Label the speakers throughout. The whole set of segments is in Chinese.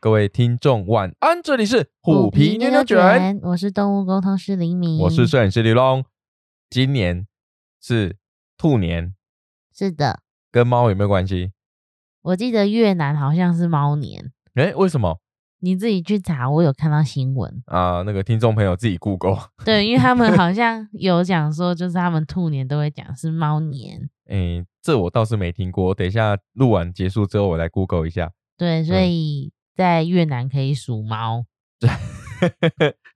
Speaker 1: 各位听众晚安，这里是虎皮牛牛卷，，
Speaker 2: 我是动物沟通师林明，
Speaker 1: 我是摄影师李龙。今年是兔年，
Speaker 2: 是的，
Speaker 1: 跟猫有没有关系？
Speaker 2: 我记得越南好像是猫年，
Speaker 1: 诶，为什么，
Speaker 2: 你自己去查，我有看到新闻
Speaker 1: 啊、那个听众朋友自己 Google，
Speaker 2: 对，因为他们 好像有讲说，就是他们兔年都会讲是猫年，
Speaker 1: 诶，这我倒是没听过。等一下录完结束之后，我来 Google 一下。
Speaker 2: 对，所
Speaker 1: 嗯
Speaker 2: 以在越南可以属猫，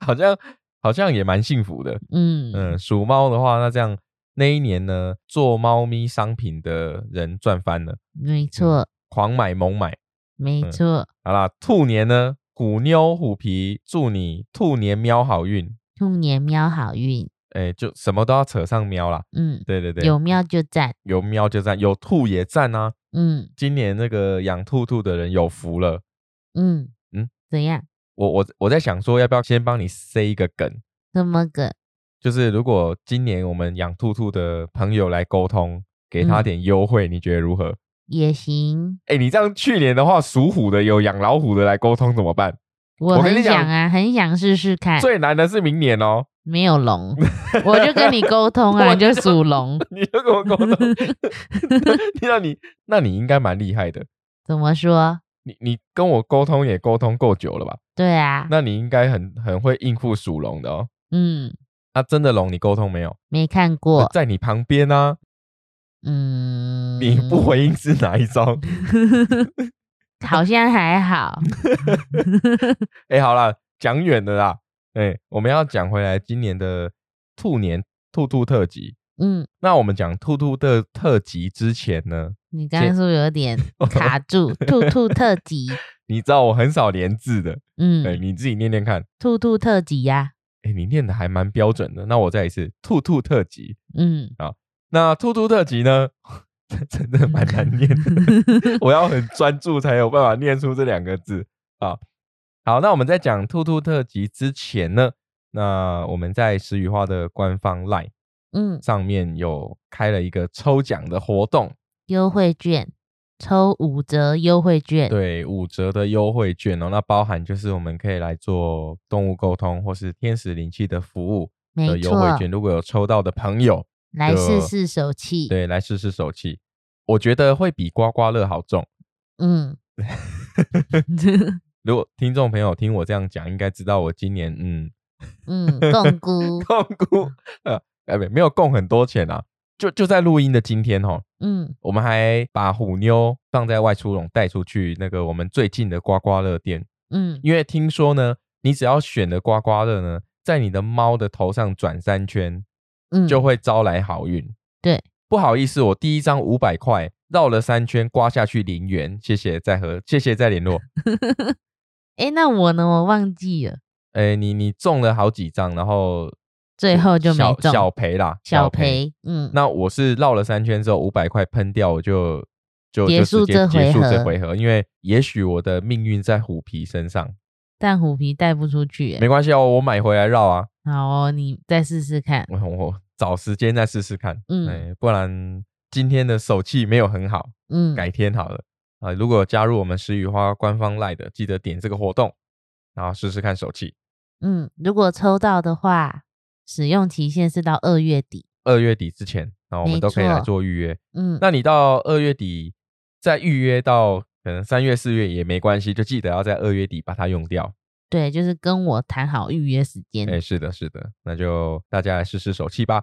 Speaker 1: 好像好像也蛮幸福的。
Speaker 2: 嗯
Speaker 1: 嗯，属猫的话，那这样那一年呢，做猫咪商品的人赚翻了，
Speaker 2: 没错，
Speaker 1: 狂买猛买。
Speaker 2: 没
Speaker 1: 嗯
Speaker 2: 错，
Speaker 1: 好啦，兔年呢，虎妞虎皮祝你兔年喵好运。
Speaker 2: 兔年喵好运，
Speaker 1: 哎，就什么都要扯上喵啦。
Speaker 2: 嗯，
Speaker 1: 对对对，
Speaker 2: 有喵就赞，
Speaker 1: 有喵就赞，有兔也赞啊。
Speaker 2: 嗯
Speaker 1: 今年那个养兔兔的人有福了。
Speaker 2: 嗯
Speaker 1: 嗯
Speaker 2: 嗯，怎样？
Speaker 1: 我我我在想说，要不要先帮你塞一个梗？
Speaker 2: 怎么个？
Speaker 1: 就是如果今年我们养兔兔的朋友来沟通，给他
Speaker 2: 嗯
Speaker 1: 点优惠，你觉得如何？
Speaker 2: 也行，
Speaker 1: 哎、你这样去年的话，属虎的有养老虎的来沟通怎么办？
Speaker 2: 我
Speaker 1: 我跟你
Speaker 2: 很
Speaker 1: 讲
Speaker 2: 想啊，很想试试看。
Speaker 1: 最难的是明年哦，
Speaker 2: 没 有龙，我就跟你沟通啊，
Speaker 1: 我
Speaker 2: 你就属龙，
Speaker 1: 你就跟我 沟通，那你那你应该蛮厉害的，
Speaker 2: 怎么说？
Speaker 1: 你你跟我沟通也沟通够久了吧？
Speaker 2: 对啊，
Speaker 1: 那你应该很很会应付属龙的哦。
Speaker 2: 嗯，
Speaker 1: 啊，真的龙你沟通没有？
Speaker 2: 没看过，
Speaker 1: 在你旁边啊，
Speaker 2: 嗯，
Speaker 1: 你不回应是哪一招？
Speaker 2: 好像还好，
Speaker 1: 哎、好啦，讲远了啦。哎、我们要讲回来今年的兔年兔兔特辑。
Speaker 2: 嗯，
Speaker 1: 那我们讲兔兔的特辑之前呢，
Speaker 2: 你刚刚说 有点卡住，兔兔特辑，
Speaker 1: 你知道我很少连字的，哎、
Speaker 2: 嗯，
Speaker 1: 你自己念念看。
Speaker 2: 兔兔特辑呀，
Speaker 1: 哎、你念的还蛮标准的。那我再一次，兔兔特辑。
Speaker 2: 嗯，
Speaker 1: 那兔兔特辑呢， 真的蛮难念的，
Speaker 2: 嗯
Speaker 1: 我要很专注才有办法念出这两个字啊。好，那我们在讲兔兔特辑之前呢，那我们在石语花的官方 LINE
Speaker 2: 嗯，
Speaker 1: 上面有开了一个抽奖的活动，
Speaker 2: 优惠券抽五折优惠券，
Speaker 1: 对五折的优惠券哦，那包含就是我们可以来做动物沟通或是天使灵气的服务的
Speaker 2: 没
Speaker 1: 优
Speaker 2: 错，
Speaker 1: 惠券，如果有抽到的朋友，
Speaker 2: 来试
Speaker 1: 就
Speaker 2: 试手气，
Speaker 1: 对，来试试手气，我觉得会比刮刮乐好中。
Speaker 2: 嗯，
Speaker 1: 如果听众朋友听我这样讲，应该知道我今年嗯，
Speaker 2: 嗯，共估，
Speaker 1: 共估呃，哎，没没有共很多钱啊，就就在录音的今天哦，
Speaker 2: 嗯，
Speaker 1: 我们还把虎妞放在外出笼带出去那个我们最近的刮刮乐店，
Speaker 2: 嗯，
Speaker 1: 因为听说呢，你只要选的刮刮乐呢，在你的猫的头上转三圈，
Speaker 2: 嗯，
Speaker 1: 就会招来好运。
Speaker 2: 对，
Speaker 1: 不好意思，我第一张五百块绕了三圈，刮下去零元，谢谢再和谢谢再联络。
Speaker 2: 诶，那我呢？我忘记了，
Speaker 1: 哎，你你中了好几张，然后
Speaker 2: 最后就没
Speaker 1: 小
Speaker 2: 中
Speaker 1: 小赔啦，
Speaker 2: 小。赔，嗯，
Speaker 1: 那我是绕了三圈之后，五百块喷掉，我就就
Speaker 2: 结
Speaker 1: 就
Speaker 2: 束
Speaker 1: 直接
Speaker 2: 这
Speaker 1: 结
Speaker 2: 回
Speaker 1: 束这
Speaker 2: 合
Speaker 1: 回合，因为也许我的命运在虎皮身上，
Speaker 2: 但虎皮带不出去
Speaker 1: 没
Speaker 2: 耶，
Speaker 1: 关系哦，我买回来绕啊，
Speaker 2: 好哦，你再试试看，
Speaker 1: 我我找时间再试试看，
Speaker 2: 嗯
Speaker 1: 哎，不然今天的手气没有很好，
Speaker 2: 嗯，
Speaker 1: 改天好了啊、如果有加入我们石雨花官方 line 的，记得点这个活动，然后试试看手气。
Speaker 2: 嗯，如果抽到的话，使用期限是到二月底，
Speaker 1: 二月底之前，然后我们
Speaker 2: 没
Speaker 1: 都可以来
Speaker 2: 错
Speaker 1: 做预约。
Speaker 2: 嗯，
Speaker 1: 那你到二月底再预约到可能三月四月也没关系，就记得要在二月底把它用掉。
Speaker 2: 对，就是跟我谈好预约时间，
Speaker 1: 哎、是的，是的，那就大家来试试手气吧。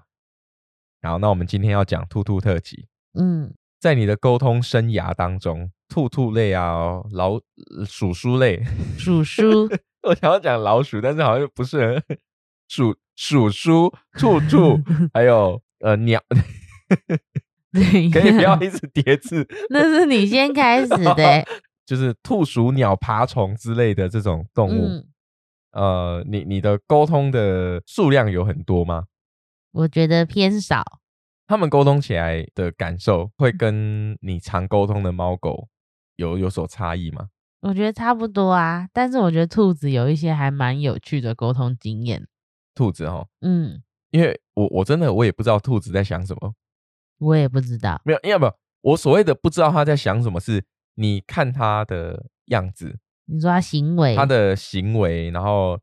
Speaker 1: 好，那我们今天要讲兔兔特辑，
Speaker 2: 嗯，
Speaker 1: 在你的沟通生涯当中，兔兔类啊，老呃鼠鼠类，
Speaker 2: 鼠 叔
Speaker 1: 我想要讲老鼠，但是好像又不是很鼠鼠鼠、兔兔，还有呃鸟，
Speaker 2: 对，
Speaker 1: 可以不 要，一直叠字，
Speaker 2: 那是你先开始的 耶，
Speaker 1: 就是兔、鼠、鸟、爬虫之类的这种动物。
Speaker 2: 嗯，
Speaker 1: 呃，你你的沟通的数量有很多吗？
Speaker 2: 我觉得偏少，
Speaker 1: 他们沟通起来的感受会跟你常沟通的猫狗有有所差异吗？
Speaker 2: 我觉得差不多啊，但是我觉得兔子有一些还蛮有趣的沟通经验，
Speaker 1: 兔子哈，
Speaker 2: 嗯，
Speaker 1: 因为我我真的我也不知道兔子在想什么，
Speaker 2: 我也不知道，
Speaker 1: 没有，要不我所谓的不知道它在想什么是，你看它的样子，
Speaker 2: 你说他行为，
Speaker 1: 它的行为，然后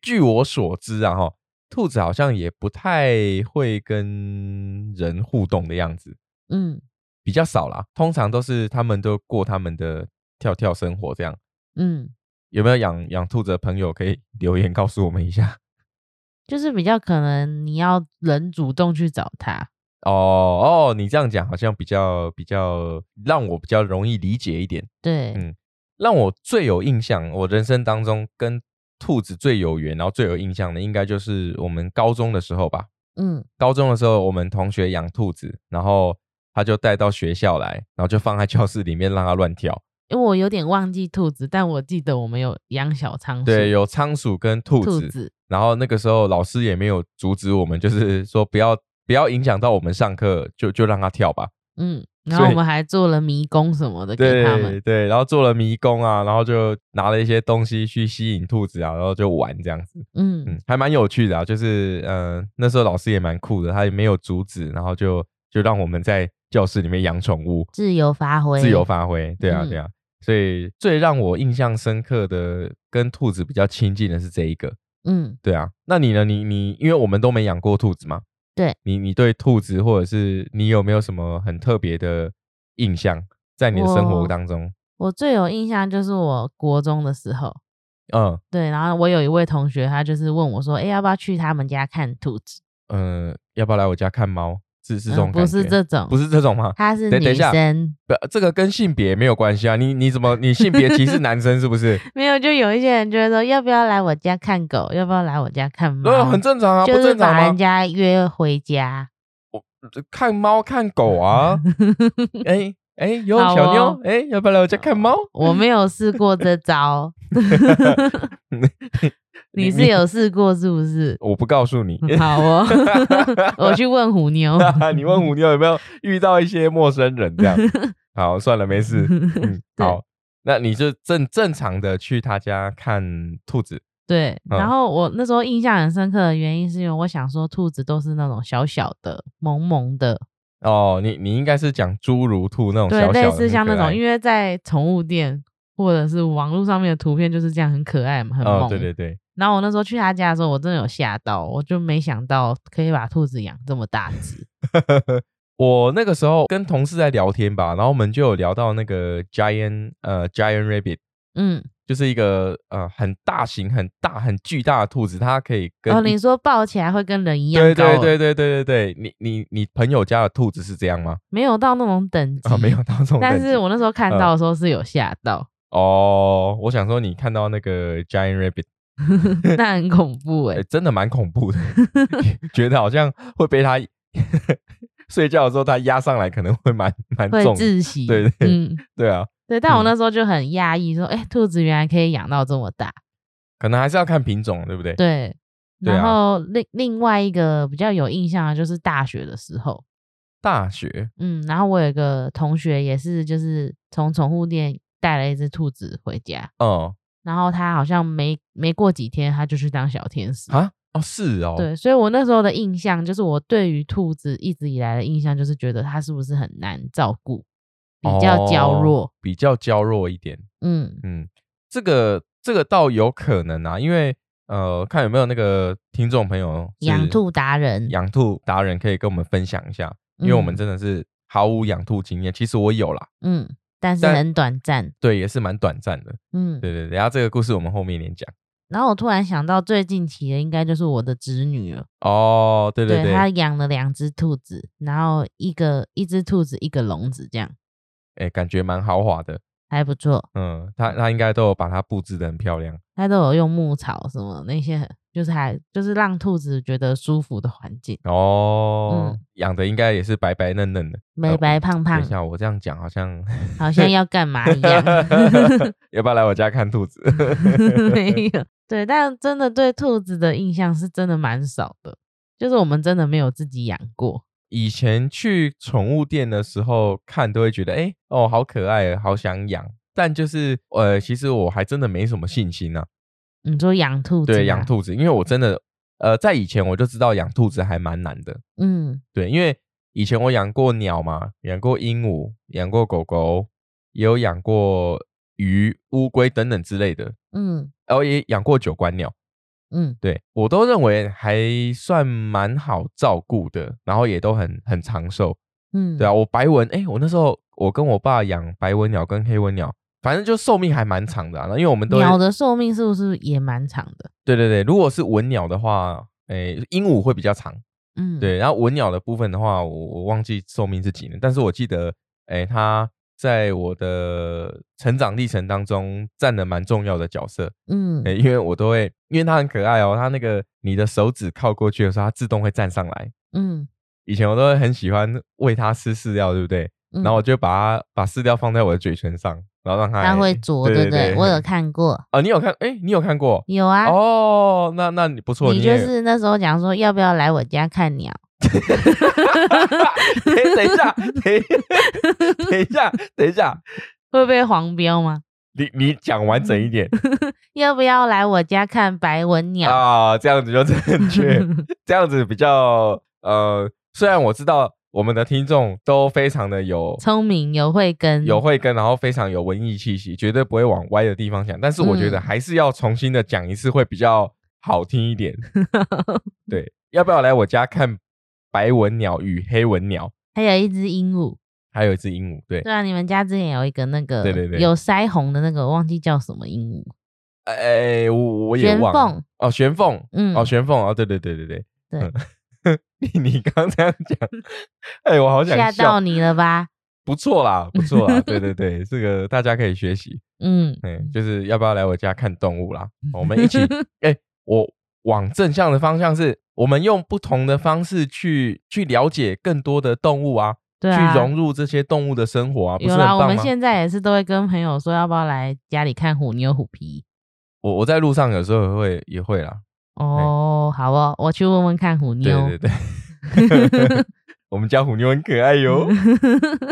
Speaker 1: 据我所知啊，哈，兔子好像也不太会跟人互动的样子，
Speaker 2: 嗯
Speaker 1: 比较少啦。通常都是他们都过他们的跳跳生活这样。
Speaker 2: 嗯，
Speaker 1: 有没有养养兔子的朋友可以 留言告诉我们一下？
Speaker 2: 就是比较可能你要人主动去找他，
Speaker 1: 哦哦，你这样讲好像比较比较让我比较容易理解一点。
Speaker 2: 对，
Speaker 1: 嗯让我最有印象，我人生当中跟兔子最有缘，然后最有印象的，应该就是我们高中的时候吧。
Speaker 2: 嗯
Speaker 1: 高中的时候，我们同学养兔子，然后他就带到学校来，然后就放在教室里面让它乱跳。
Speaker 2: 因为我有点忘记兔子，但我记得我们有养小仓鼠，
Speaker 1: 对，，有仓鼠跟兔子，
Speaker 2: 兔子，
Speaker 1: 然后那个时候老师也没有阻止我们，就是说不要不要影响到我们上课，就就让它跳吧。
Speaker 2: 嗯，然
Speaker 1: 所
Speaker 2: 后
Speaker 1: 以
Speaker 2: 我们还做了迷宫什么的给他们，
Speaker 1: 对对，然后做了迷宫啊，然后就拿了一些东西去吸引兔子啊，然后就玩这样子，
Speaker 2: 嗯
Speaker 1: 嗯，还蛮有趣的啊。就是呃，那时候老师也蛮酷的，他也没有阻止，然后就就让我们在教室里面养宠物，
Speaker 2: 自由发挥，
Speaker 1: 自由发挥。对啊，
Speaker 2: 嗯
Speaker 1: 对啊。所以最让我印象深刻的，跟兔子比较亲近的是这一个。
Speaker 2: 嗯，
Speaker 1: 对啊，那你呢？你你，因为我们都没养过兔子嘛。
Speaker 2: 对。
Speaker 1: 你你对兔子，或者是你有没有什么很特别的印象，在你的生活
Speaker 2: 我
Speaker 1: 当中？
Speaker 2: 我最有印象就是我国中的时候，
Speaker 1: 嗯
Speaker 2: 对，然后我有一位同学，他就是问我说，哎，要不要去他们家看兔子？
Speaker 1: 嗯、呃要不要来我家看猫？是是这种
Speaker 2: 嗯
Speaker 1: 感觉、
Speaker 2: 不是这种，
Speaker 1: 不是这种吗？
Speaker 2: 她是
Speaker 1: 等等
Speaker 2: 女
Speaker 1: 一下
Speaker 2: 生，
Speaker 1: 不，这个跟性别没有关系啊。你你怎么你性别歧视男生是不 是？
Speaker 2: 没有，就有一些人就会说，要不要来我家看狗？要不要来我家看猫？
Speaker 1: 呃，很正常啊，
Speaker 2: 就
Speaker 1: 不
Speaker 2: 是
Speaker 1: 正常
Speaker 2: 把
Speaker 1: 吗
Speaker 2: 人？家约回家。
Speaker 1: 看猫看狗 啊，哎哎哟
Speaker 2: 好
Speaker 1: 小妞
Speaker 2: 哦，
Speaker 1: 哎、要不要来我家看猫？？
Speaker 2: 我没有试过这招， 你是有试过是不是
Speaker 1: 我不告诉你。
Speaker 2: 好哦， 我去问虎妞。
Speaker 1: 你问虎妞有没有遇到一些陌生人这样？ 好，算了，没事。嗯，
Speaker 2: 对
Speaker 1: 好，那你就正正常的去他家看兔子。
Speaker 2: 对，
Speaker 1: 嗯
Speaker 2: 然后我那时候印象很深刻的原因，是因为我想说兔子都是那种小小的、萌萌的，
Speaker 1: 哦，你你应该是讲侏儒兔那种哎
Speaker 2: 对
Speaker 1: 哦小，小
Speaker 2: 类
Speaker 1: 的，
Speaker 2: 似像那种，因
Speaker 1: 为
Speaker 2: 为在宠物店或者是网络上面的图片就是这样，很可爱嘛，很萌。
Speaker 1: 哦，对对对，
Speaker 2: 然后我那时候去他家的时候，我真的有吓到，我就没想到可以把兔子养这么大只。
Speaker 1: 我那个时候跟同事在聊天吧，然后我们就有聊到那个 giant 呃 giant rabbit，
Speaker 2: 嗯，
Speaker 1: 就是一个呃很大型、很大、很巨大的兔子，它可以跟
Speaker 2: 哦，
Speaker 1: 一
Speaker 2: 你说抱起来会跟人一样
Speaker 1: 对
Speaker 2: 高
Speaker 1: 对
Speaker 2: 哦，
Speaker 1: 对对对对对，你你你朋友家的兔子是这样吗？
Speaker 2: 没有到那种等级，
Speaker 1: 啊、没有。到这种等
Speaker 2: 嗯但
Speaker 1: 级，
Speaker 2: 是我那时候看
Speaker 1: 嗯
Speaker 2: 到的时候是有吓 到，
Speaker 1: 哦，我想说你看到那个 giant rabbit，
Speaker 2: 那很恐怖哎、
Speaker 1: 哎、真的蛮恐 怖的，觉得好像会被它 睡觉的时候它压上来，可能会蛮蛮
Speaker 2: 欸会
Speaker 1: 重的。
Speaker 2: 窒息。
Speaker 1: 对对
Speaker 2: 嗯，
Speaker 1: 对啊，
Speaker 2: 对。但我
Speaker 1: 嗯
Speaker 2: 那时候就很讶异，说，哎、兔子原来可以养到这么大。
Speaker 1: 可能还是要看品种，对不对？
Speaker 2: 对。
Speaker 1: 对啊
Speaker 2: 然后另另外一个比较有印象的就是大学的时候，
Speaker 1: 大学
Speaker 2: 嗯，然后我有一个同学也是，就是从宠物店带了一只兔子回家，
Speaker 1: 哦
Speaker 2: 然后他好像没没过几天，他就去当小天使。
Speaker 1: 啊哦是哦，
Speaker 2: 对，所以我那时候的印象就是，我对于兔子一直以来的印象就是觉得它是不是很难照顾，比较娇
Speaker 1: 哦
Speaker 2: 弱。
Speaker 1: 比较娇弱一点。
Speaker 2: 嗯
Speaker 1: 嗯，这个这个倒有可能啊，因为呃，看有没有那个听众朋友是
Speaker 2: 养兔达人
Speaker 1: 养兔达人可以跟我们分享一下，因为我们
Speaker 2: 嗯
Speaker 1: 真的是毫无养兔经验，其实我有啦，
Speaker 2: 嗯，但是
Speaker 1: 但
Speaker 2: 很短暂。
Speaker 1: 对，也是蛮短暂的。
Speaker 2: 嗯，
Speaker 1: 对对，对然后这个故事我们后面一点讲。
Speaker 2: 然后我突然想到，最近期的应该就是我的侄女了。
Speaker 1: 哦，对对对，
Speaker 2: 她养了两只兔子，然后一个一只兔子一个笼子，这样
Speaker 1: 哎，感觉蛮豪华的。
Speaker 2: 还不错。
Speaker 1: 嗯，他他应该都有把它布置的很漂亮。
Speaker 2: 它都有用牧草什么那些很，就是还就是让兔子觉得舒服的环境，
Speaker 1: 哦，
Speaker 2: 嗯
Speaker 1: 养的应该也是白白嫩嫩的。
Speaker 2: 白白胖
Speaker 1: 等
Speaker 2: 胖
Speaker 1: 一，下，我这样讲好像
Speaker 2: 好像要干嘛一 样。
Speaker 1: 要不要来我家看兔子？
Speaker 2: 没有，对，但真的对兔子的印象是真的蛮少的，就是我们真的没有自己养过。
Speaker 1: 以前去宠物店的时候看，都会觉得哎、诶哦好可爱，好想养。但就是呃，其实我还真的没什么信心啊。
Speaker 2: 你说养兔子，
Speaker 1: 对，养，兔子，因为我真的呃，在以前我就知道养兔子还蛮难的。
Speaker 2: 嗯
Speaker 1: 对，因为以前我养过鸟嘛，养过鹦鹉，养过狗狗，也有养过鱼、乌龟等等之类的，
Speaker 2: 嗯
Speaker 1: 然后也养过九官鸟，
Speaker 2: 嗯
Speaker 1: 对我都认为还算蛮好照顾的，然后也都很很长寿。
Speaker 2: 嗯，
Speaker 1: 对啊，我白纹，哎、我那时候我跟我爸养白纹鸟跟黑纹鸟，反正就寿命还蛮长的、啊。因为我们都会
Speaker 2: 鸟的寿命是不是也蛮长的？
Speaker 1: 对对对，如果是文鸟的话，哎、鹦鹉会比较长。
Speaker 2: 嗯，，
Speaker 1: 对，然后文鸟的部分的话，我我忘记寿命是几年，但是我记得，哎、它在我的成长历程当中占了蛮重要的角色。
Speaker 2: 嗯
Speaker 1: 哎、因为我都会，因为它很可爱哦，它那个你的手指靠过去的时候，它自动会站上来。
Speaker 2: 嗯，
Speaker 1: 以前我都会很喜欢喂它吃饲料，对不对？
Speaker 2: 然
Speaker 1: 然后我就把它把饲料放在我的嘴唇上，然后让它
Speaker 2: 嗯
Speaker 1: 哎
Speaker 2: 它会啄，
Speaker 1: 对
Speaker 2: 对不
Speaker 1: 对
Speaker 2: 对？我有看过，
Speaker 1: 啊，你有看？哎，你有看过？
Speaker 2: 有啊。
Speaker 1: 哦，那那你不错，
Speaker 2: 你
Speaker 1: 也
Speaker 2: 就是那时候讲说要不要来我家看鸟，
Speaker 1: 等等一下，等一下等一下，等一下，
Speaker 2: 会被黄标吗？
Speaker 1: 你你讲完整一点
Speaker 2: 要不要来我家看白纹 鸟？
Speaker 1: 啊，这样子就正 确，这样子比较呃，虽然我知道我们的听众都非常的有
Speaker 2: 聪明有慧根，
Speaker 1: 有慧根，然后非常有文艺气息，绝对不会往歪的地方想。但是我觉得
Speaker 2: 嗯
Speaker 1: 还是要重新的讲一次会比较好听一 点。对，要不要来我家看白纹鸟与黑纹鸟，
Speaker 2: 还有一只鹦鹉。
Speaker 1: 还有一只鹦鹉？对，
Speaker 2: 对啊，你们家之前有一个那个
Speaker 1: 对对对
Speaker 2: 有腮红的那个，我忘记叫什么鹦鹉。
Speaker 1: 哎，我我也
Speaker 2: 玄
Speaker 1: 忘了
Speaker 2: 凤
Speaker 1: 哦，玄凤，
Speaker 2: 嗯，
Speaker 1: 哦，玄凤，哦，对对对对对
Speaker 2: 对
Speaker 1: 嗯 你你刚这样 讲，哎，我好想
Speaker 2: 吓
Speaker 1: 笑
Speaker 2: 到，你了吧？
Speaker 1: 不错啦，不错啦，对对 对，这个大家可以学习。
Speaker 2: 嗯，
Speaker 1: 哎、就是要不要来我家看动物啦？我们一 起，哎、我往正向的方向是，我们用不同的方式去去了解更多的动物啊，
Speaker 2: 对啊，
Speaker 1: 去融入这些动物的生活啊，不是
Speaker 2: 有
Speaker 1: 很
Speaker 2: 啦，我
Speaker 1: 棒
Speaker 2: 们
Speaker 1: 吗？
Speaker 2: 现在也是都会跟朋友说，要不要来家里看虎妞虎皮？
Speaker 1: 我我在路上有时候也会也会啦，
Speaker 2: 哦，好哦，我去问问看虎
Speaker 1: 对
Speaker 2: 妞。
Speaker 1: 对 对， 我们家虎妞很可爱哟，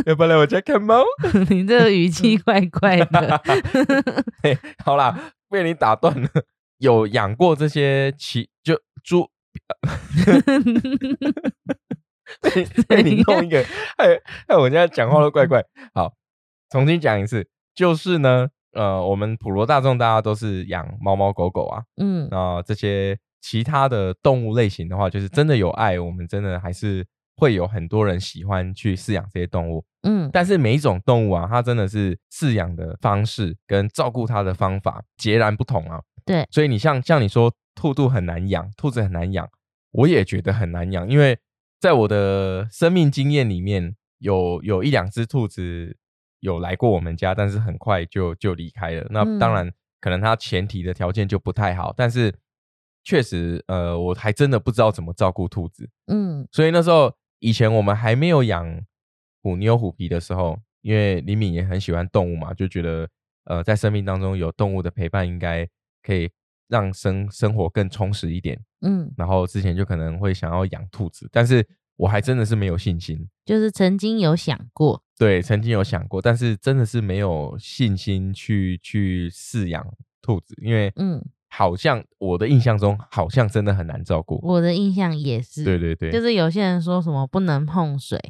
Speaker 1: 要不要来我家看猫？
Speaker 2: 你这个语气怪怪 的。
Speaker 1: 嘿好啦，被你打断了。有养过这些奇就猪，被被你弄一个，哎哎，我现在讲话都怪怪。好，重新讲一次，就是呢，呃，我们普罗大众大家都是养猫猫狗狗啊，
Speaker 2: 嗯，
Speaker 1: 那、这些其他的动物类型的话，就是真的有爱，我们真的还是会有很多人喜欢去饲养这些动物。
Speaker 2: 嗯
Speaker 1: 但是每一种动物啊，它真的是饲养的方式跟照顾它的方法截然不同啊。
Speaker 2: 对，
Speaker 1: 所以你像像你说兔兔很难养，兔子很难养，我也觉得很难养，因为在我的生命经验里面，有有一两只兔子有来过我们家，但是很快就就离开了。那
Speaker 2: 嗯
Speaker 1: 当然，可能它前提的条件就不太好，但是确实，呃，我还真的不知道怎么照顾兔子。
Speaker 2: 嗯
Speaker 1: 所以那时候以前我们还没有养虎妞虎皮的时候，因为李敏也很喜欢动物嘛，就觉得呃在生命当中有动物的陪伴，应该可以让生生活更充实一点。
Speaker 2: 嗯，
Speaker 1: 然后之前就可能会想要养兔子，但是我还真的是没有信心。
Speaker 2: 就是曾经有想过，
Speaker 1: 对，曾经有想过，但是真的是没有信心去去饲养兔子，因为
Speaker 2: 嗯，
Speaker 1: 好像我的印象中好像真的很难照顾。
Speaker 2: 我的印象也是，
Speaker 1: 对对对，
Speaker 2: 嗯就是有些人说什么不能碰水，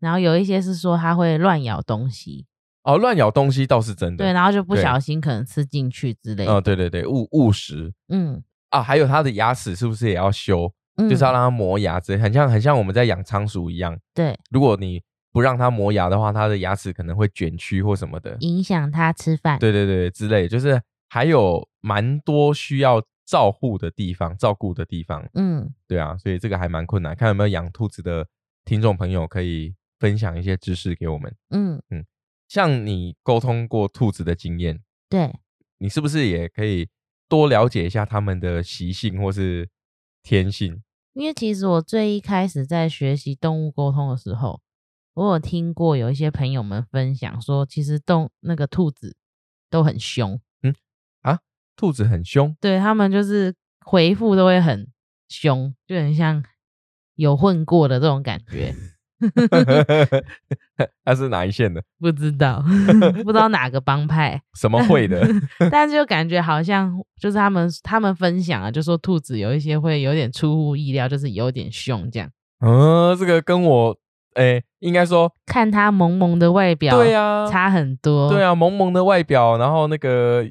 Speaker 2: 然后有一些是说它会乱咬东西，
Speaker 1: 哦，乱咬东西倒是真的。
Speaker 2: 对，然后就不
Speaker 1: 对
Speaker 2: 小心可能吃进去之类
Speaker 1: 哦，
Speaker 2: 的，
Speaker 1: 对对对，误误食
Speaker 2: 嗯，
Speaker 1: 啊，还有它的牙齿是不是也要修？
Speaker 2: 嗯
Speaker 1: 就是要让它磨牙之类，很像很像我们在养仓鼠一样。
Speaker 2: 对，
Speaker 1: 如果你不让它磨牙的话，它的牙齿可能会卷曲或什么的。
Speaker 2: 影响它吃饭，
Speaker 1: 对对对，之类，就是还有蛮多需要照护的地方，照顾的地方。
Speaker 2: 嗯，
Speaker 1: 对啊，所以这个还蛮困难。看有没有养兔子的听众朋友可以分享一些知识给我们。
Speaker 2: 嗯，
Speaker 1: 像你沟通过兔子的经验，
Speaker 2: 对，
Speaker 1: 你是不是也可以多了解一下它们的习性或是天性？
Speaker 2: 因为其实我最一开始在学习动物沟通的时候，我有听过有一些朋友们分享说，其实动那个兔子都很凶，
Speaker 1: 兔子很 凶，
Speaker 2: 对他们就是回复都会很凶，就很像有混过的这种感 觉。
Speaker 1: 它是哪一线的？
Speaker 2: 不知道， 不知道哪个帮派，
Speaker 1: 什么会 的？
Speaker 2: 但是就感觉好像就是他们他们分享啊，就说兔子有一些会有点出乎意料，就是有点凶这样。
Speaker 1: 嗯，这个跟我诶、应该说
Speaker 2: 看它萌萌的外表，
Speaker 1: 对啊，
Speaker 2: 差很多，
Speaker 1: 对啊，萌萌的外表，然后那个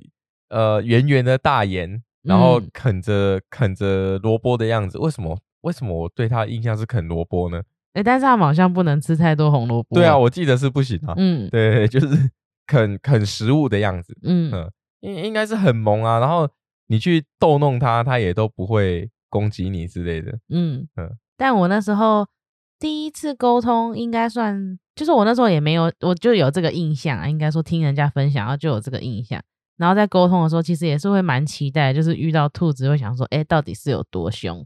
Speaker 1: 呃圆圆的大眼，然后
Speaker 2: 嗯
Speaker 1: 啃着、啃着萝卜的样子，为什么？为什么我对他的印象是啃萝卜呢？
Speaker 2: 诶但是他们好像不能吃太多红萝卜，
Speaker 1: 对啊，，我记得是不行啊。
Speaker 2: 嗯
Speaker 1: 对， 就是啃啃食物的样子，
Speaker 2: 嗯
Speaker 1: 嗯应应该是很萌啊。然后你去逗弄它，它也都不会攻击你之类的。
Speaker 2: 嗯
Speaker 1: 嗯
Speaker 2: 但我那时候第一次沟通，应该算就是我那时候也没有，我就有这个印象啊，应该说听人家分享，然后就有这个印象。然后在沟通的时候，其实也是会蛮期待，就是遇到兔子会想说，诶，到底是有多凶？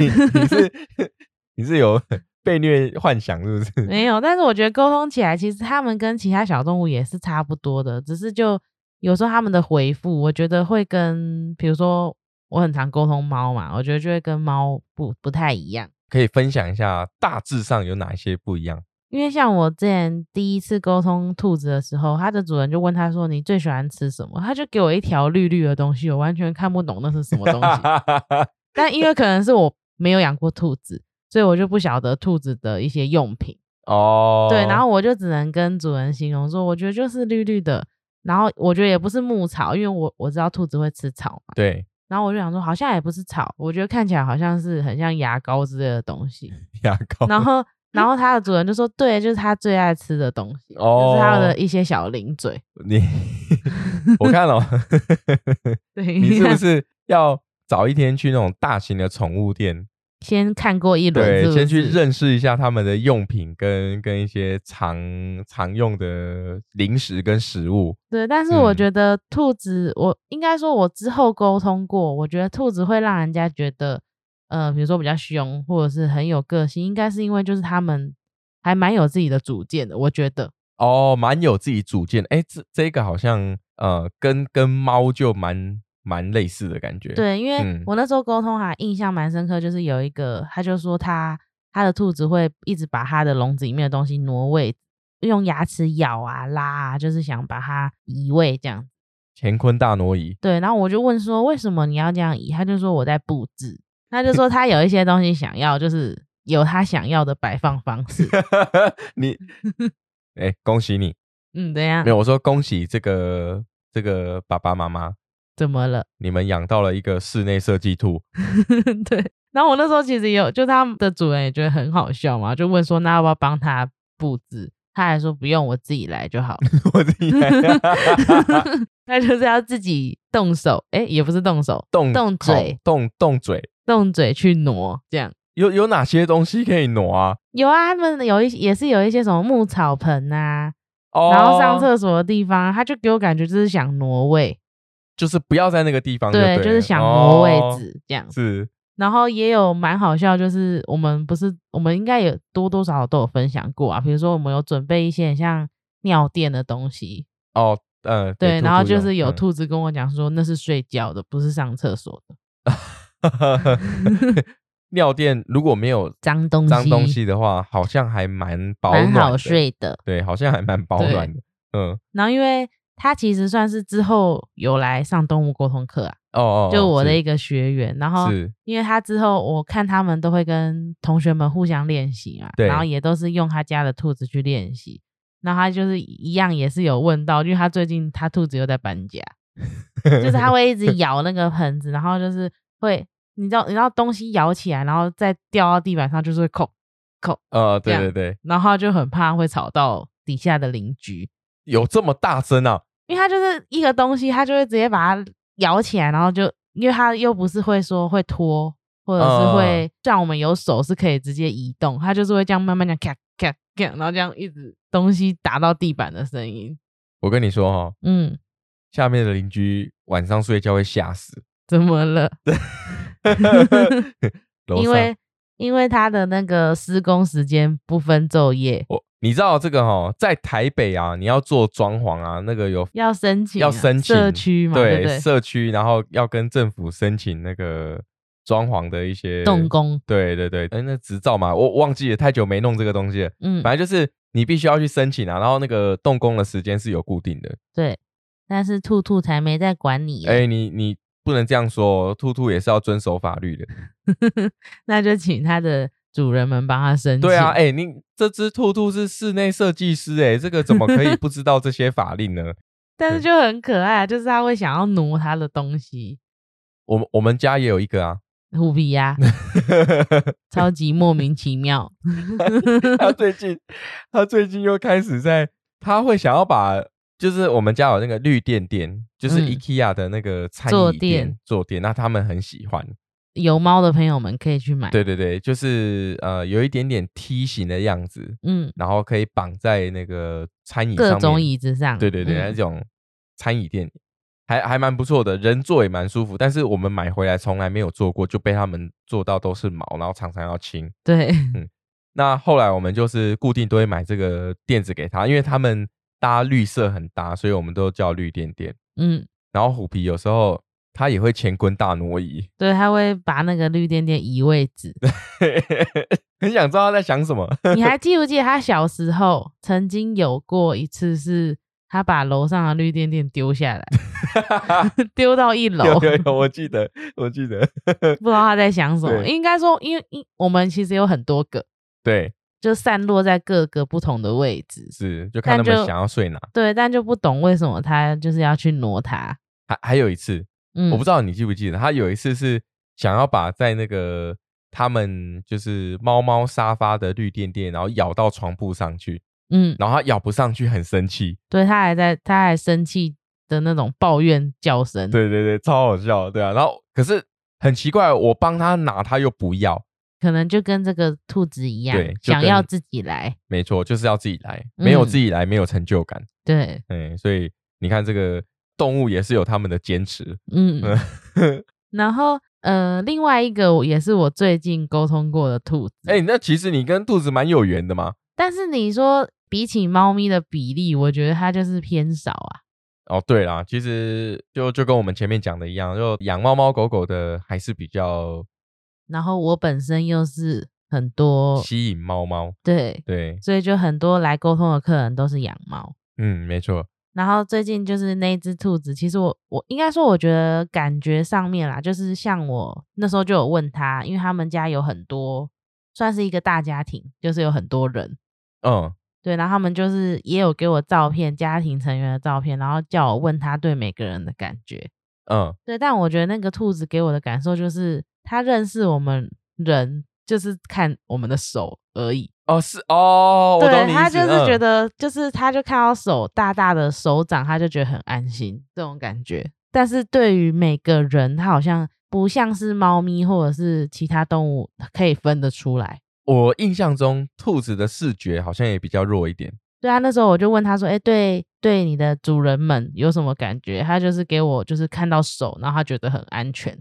Speaker 1: 你你是 你是有被虐幻想是不是？
Speaker 2: 没有，但是我觉得沟通起来，其实他们跟其他小动物也是差不多的，只是就有时候他们的回复，我觉得会跟，比如说我很常沟通猫嘛，我觉得就会跟猫不不太一样。
Speaker 1: 可以分享一下大致上有哪一些不一样？
Speaker 2: 因为像我之前第一次沟通兔子的时候，它的主人就问它说：“你最喜欢吃什么？”它就给我一条绿绿的东西，我完全看不懂那是什么东 西。 但因为可能是我没有养过兔子，所以我就不晓得兔子的一些用品。
Speaker 1: 哦，
Speaker 2: 对，然后我就只能跟主人形容说，我觉得就是绿绿的，然后我觉得也不是牧草，因为我我知道兔子会吃草嘛，
Speaker 1: 对
Speaker 2: 然后我就想说好像也不是草，我觉得看起来好像是很像牙膏之类的东 西，
Speaker 1: 牙膏，
Speaker 2: 然后然后它的主人就说，对，就是它最爱吃的东西，就是它
Speaker 1: 哦
Speaker 2: 的一些小零嘴，
Speaker 1: 你 我看 了、
Speaker 2: 对，
Speaker 1: 你是不是要早一天去那种大型的宠物店？
Speaker 2: 先看过一轮，
Speaker 1: 对，
Speaker 2: 是不
Speaker 1: 先去
Speaker 2: 是
Speaker 1: 认识一下他们的用品跟跟一些常常用的零食跟食物。
Speaker 2: 对，但是我
Speaker 1: 嗯
Speaker 2: 觉得兔子，我应该说，我之后沟通过，我觉得兔子会让人家觉得，呃，比如说比较凶，或者是很有个性，应该是因为就是他们还蛮有自己的主见的。我觉得，
Speaker 1: 哦，蛮有自己主见。哎，这这个好像呃，跟跟猫就蛮蛮类似的感觉。，
Speaker 2: 对，因为
Speaker 1: 嗯
Speaker 2: 我那时候沟通还印象蛮深刻，就是有一个，他就说他他的兔子会一直把他的笼子里面的东西挪位，用牙齿咬啊拉啊，就是想把它移位这样。
Speaker 1: 乾坤大挪 移。
Speaker 2: 对，然后我就问说为什么你要这样移？他就说我在布置，他就说他有一些东西想要，就是有他想要的摆放 方式。
Speaker 1: 你，哎，恭喜你！
Speaker 2: 嗯，怎样
Speaker 1: 没？有，我说恭喜这个这个爸爸妈妈，
Speaker 2: 怎么了？
Speaker 1: 你们养到了一个室内设计兔。
Speaker 2: 对。然后我那时候其实也有，就他们的主人也觉得很好笑嘛，就问说那要不要帮他布置？他还说不用，我自己来就好。
Speaker 1: 我啊自己来
Speaker 2: 他就是要自己动手，哎，也不是动手，
Speaker 1: 动
Speaker 2: 动
Speaker 1: 口
Speaker 2: 嘴
Speaker 1: 动动嘴，
Speaker 2: 动嘴去挪这样。
Speaker 1: 有有哪些东西可以挪啊？
Speaker 2: 有啊，他们有一也是有一些什么牧草盆啊，
Speaker 1: 哦，
Speaker 2: 然后上厕所的地方，他就给我感觉就是想挪位，
Speaker 1: 就是不要在那个地方对
Speaker 2: 对，
Speaker 1: 了，
Speaker 2: 就是想挪位
Speaker 1: 哦
Speaker 2: 置这样。
Speaker 1: 是
Speaker 2: 然后也有蛮好笑，就是我们不是我们应该也多多少少都有分享过啊，比如说我们有准备一些很像尿垫的东西，
Speaker 1: 哦，呃，给
Speaker 2: 对，
Speaker 1: 兔
Speaker 2: 然后
Speaker 1: 兔
Speaker 2: 就
Speaker 1: 用
Speaker 2: 是有
Speaker 1: 嗯
Speaker 2: 兔子跟我讲说那是睡觉的，不是上厕所的，
Speaker 1: 尿垫，如果没有
Speaker 2: 脏东西，
Speaker 1: 脏东西的话，好像还蛮保暖
Speaker 2: 蛮
Speaker 1: 的，
Speaker 2: 好睡的。
Speaker 1: 对，好像还蛮保
Speaker 2: 对
Speaker 1: 暖的，嗯，
Speaker 2: 然后因为他其实算是之后有来上动物沟通课啊，
Speaker 1: 哦哦，
Speaker 2: 就我的一哦
Speaker 1: 是
Speaker 2: 个学员，然后
Speaker 1: 是
Speaker 2: 因为他之后我看他们都会跟同学们互相练习嘛，
Speaker 1: 对
Speaker 2: 然后也都是用他家的兔子去练习。然后他就是一样也是有问到，因为他最近他兔子又在搬家，就是他会一直咬那个盆子，然后就是会，你知道你知道东西咬起来，然后再掉到地板上就是会扣，
Speaker 1: 呃，对
Speaker 2: 这
Speaker 1: 对
Speaker 2: 样
Speaker 1: 对，
Speaker 2: 然后他就很怕会吵到底下的邻居，
Speaker 1: 有这么大声啊？
Speaker 2: 因为他就是一个东西，他就会直接把它咬起来，然后就因为他又不是会说会拖，或
Speaker 1: 嗯
Speaker 2: 者
Speaker 1: 嗯
Speaker 2: 是
Speaker 1: 嗯
Speaker 2: 会、像我们有手是可以直接移动，他就是会这样慢慢这样咔咔咔，然后这样一直东西打到地板的声音。
Speaker 1: 我跟你说哦，
Speaker 2: 嗯，
Speaker 1: 下面的邻居晚上睡觉会吓 死，
Speaker 2: 怎 么了？
Speaker 1: 楼
Speaker 2: 因
Speaker 1: 上
Speaker 2: 为因为他的那个施工时间不分昼夜，
Speaker 1: 我你知道这个哈、在台北啊，你要做装潢啊，那个有
Speaker 2: 要申请、啊
Speaker 1: 要申请
Speaker 2: 社区嘛，对不对？
Speaker 1: 社区，然后要跟政府申请那个装潢的一些
Speaker 2: 动。工，
Speaker 1: 对对对，哎，那执照嘛，我忘记了，太久没弄这个东西了。
Speaker 2: 嗯，
Speaker 1: 反正就是你必须要去申请啊，然后那个动工的时间是有固定的。
Speaker 2: 对。但是兔兔才没在管你耶，啊
Speaker 1: 哎，你你
Speaker 2: 嗯
Speaker 1: 不能这样说哦，兔兔也是要遵守法律的。
Speaker 2: 那就请他的主人们帮他申请。
Speaker 1: 对啊，哎、你这只兔兔是室内设计师、哎，这个怎么可以不知道这些法令呢？
Speaker 2: 但是
Speaker 1: 对
Speaker 2: 就很可爱啊，就是他会想要挪他的东西，
Speaker 1: 我们我们家也有一个啊，
Speaker 2: 虎皮呀、超级莫名其妙。
Speaker 1: 他最近他最近又开始在，他会想要把，就是我们家有那个绿垫垫，就是
Speaker 2: 嗯
Speaker 1: IKEA 的那个餐
Speaker 2: 坐
Speaker 1: 椅垫
Speaker 2: 垫
Speaker 1: 坐垫，那他们很喜欢。
Speaker 2: 有猫的朋友们可以去买。
Speaker 1: 对对对，就是呃有一点点梯形的样子，
Speaker 2: 嗯，
Speaker 1: 然后可以绑在那个餐椅上
Speaker 2: 各
Speaker 1: 面
Speaker 2: 种椅子上。
Speaker 1: 对对对，那
Speaker 2: 嗯
Speaker 1: 种餐椅店还还蛮不错的，人坐也蛮舒服。但是我们买回来从来没有坐过，就被他们坐到都是毛，然后常常要清。
Speaker 2: 对，
Speaker 1: 那后来我们就是固定都会买这个垫子给他，因为他们搭绿色很搭，所以我们都叫绿垫垫。
Speaker 2: 嗯，
Speaker 1: 然后虎皮有时候他也会前滚大挪移，
Speaker 2: 对，他会把那个绿点点移位置。
Speaker 1: 很想知道他在想什么。
Speaker 2: 你还记不记得他小时候曾经有过一次是？他把楼上的绿点点丢下 来，丢到一楼，
Speaker 1: 有有有，我记得，我记得，
Speaker 2: 不知道他在想什么。
Speaker 1: 对
Speaker 2: 应该说，因为因我们其实有很多个，
Speaker 1: 对，
Speaker 2: 就散落在各个不同的位置。
Speaker 1: 是就看他们
Speaker 2: 但就
Speaker 1: 想要睡哪。
Speaker 2: 对，但就不懂为什么他就是要去挪它。
Speaker 1: 还还有一次，
Speaker 2: 嗯，
Speaker 1: 我不知道你记不记得，他有一次是想要把在那个他们就是猫猫沙发的绿垫垫，然后咬到床铺上去，
Speaker 2: 嗯，
Speaker 1: 然后他咬不上去，很生气。
Speaker 2: 对他还在，他还生气的那种抱怨叫声。，
Speaker 1: 对对对，超好笑，对啊。然后可是很奇怪，我帮他拿，他又不要。
Speaker 2: 可能就跟这个兔子一样
Speaker 1: 对，就
Speaker 2: 想要
Speaker 1: 跟
Speaker 2: 自己来。
Speaker 1: 没错，就是要自己来，没有
Speaker 2: 嗯
Speaker 1: 自己来，没有成就感。
Speaker 2: 对，
Speaker 1: 嗯，所以你看，这个动物也是有他们的坚持。
Speaker 2: 嗯
Speaker 1: 嗯，
Speaker 2: 然后呃，另外一个我也是我最近沟通过的兔子，
Speaker 1: 哎、那其实你跟兔子蛮有缘的嘛。
Speaker 2: 但是你说比起猫咪的比例，我觉得它就是偏少啊。
Speaker 1: 哦，对啦，其实就就跟我们前面讲的一样，就养猫猫狗狗的还是比较
Speaker 2: 然后我本身又是很多
Speaker 1: 吸引猫猫。
Speaker 2: 对，
Speaker 1: 对，
Speaker 2: 所以就很多来沟通的客人都是养猫。
Speaker 1: 嗯，没错，
Speaker 2: 然后最近就是那一只兔子，其实我我应该说，我觉得感觉上面啦，就是像我那时候就有问他，因为他们家有很多，算是一个大家庭，就是有很多人，
Speaker 1: 嗯，
Speaker 2: 对，然后他们就是也有给我照片，家庭成员的照片，然后叫我问他对每个人的感觉，
Speaker 1: 嗯，
Speaker 2: 对，但我觉得那个兔子给我的感受就是，他认识我们人，就是看我们的手而已，
Speaker 1: 哦，是哦，我懂
Speaker 2: 对
Speaker 1: 你意思。
Speaker 2: 他就是觉
Speaker 1: 嗯
Speaker 2: 得，就是他就看到手大大的手掌，他就觉得很安心这种感觉。但是对于每个人，他好像不像是猫咪或者是其他动物可以分得出来。
Speaker 1: 我印象中兔子的视觉好像也比较弱一点。
Speaker 2: 对啊，那时候我就问他说：“哎、对对，你的主人们有什么感觉？”他就是给我就是看到手，然后他觉得很安全，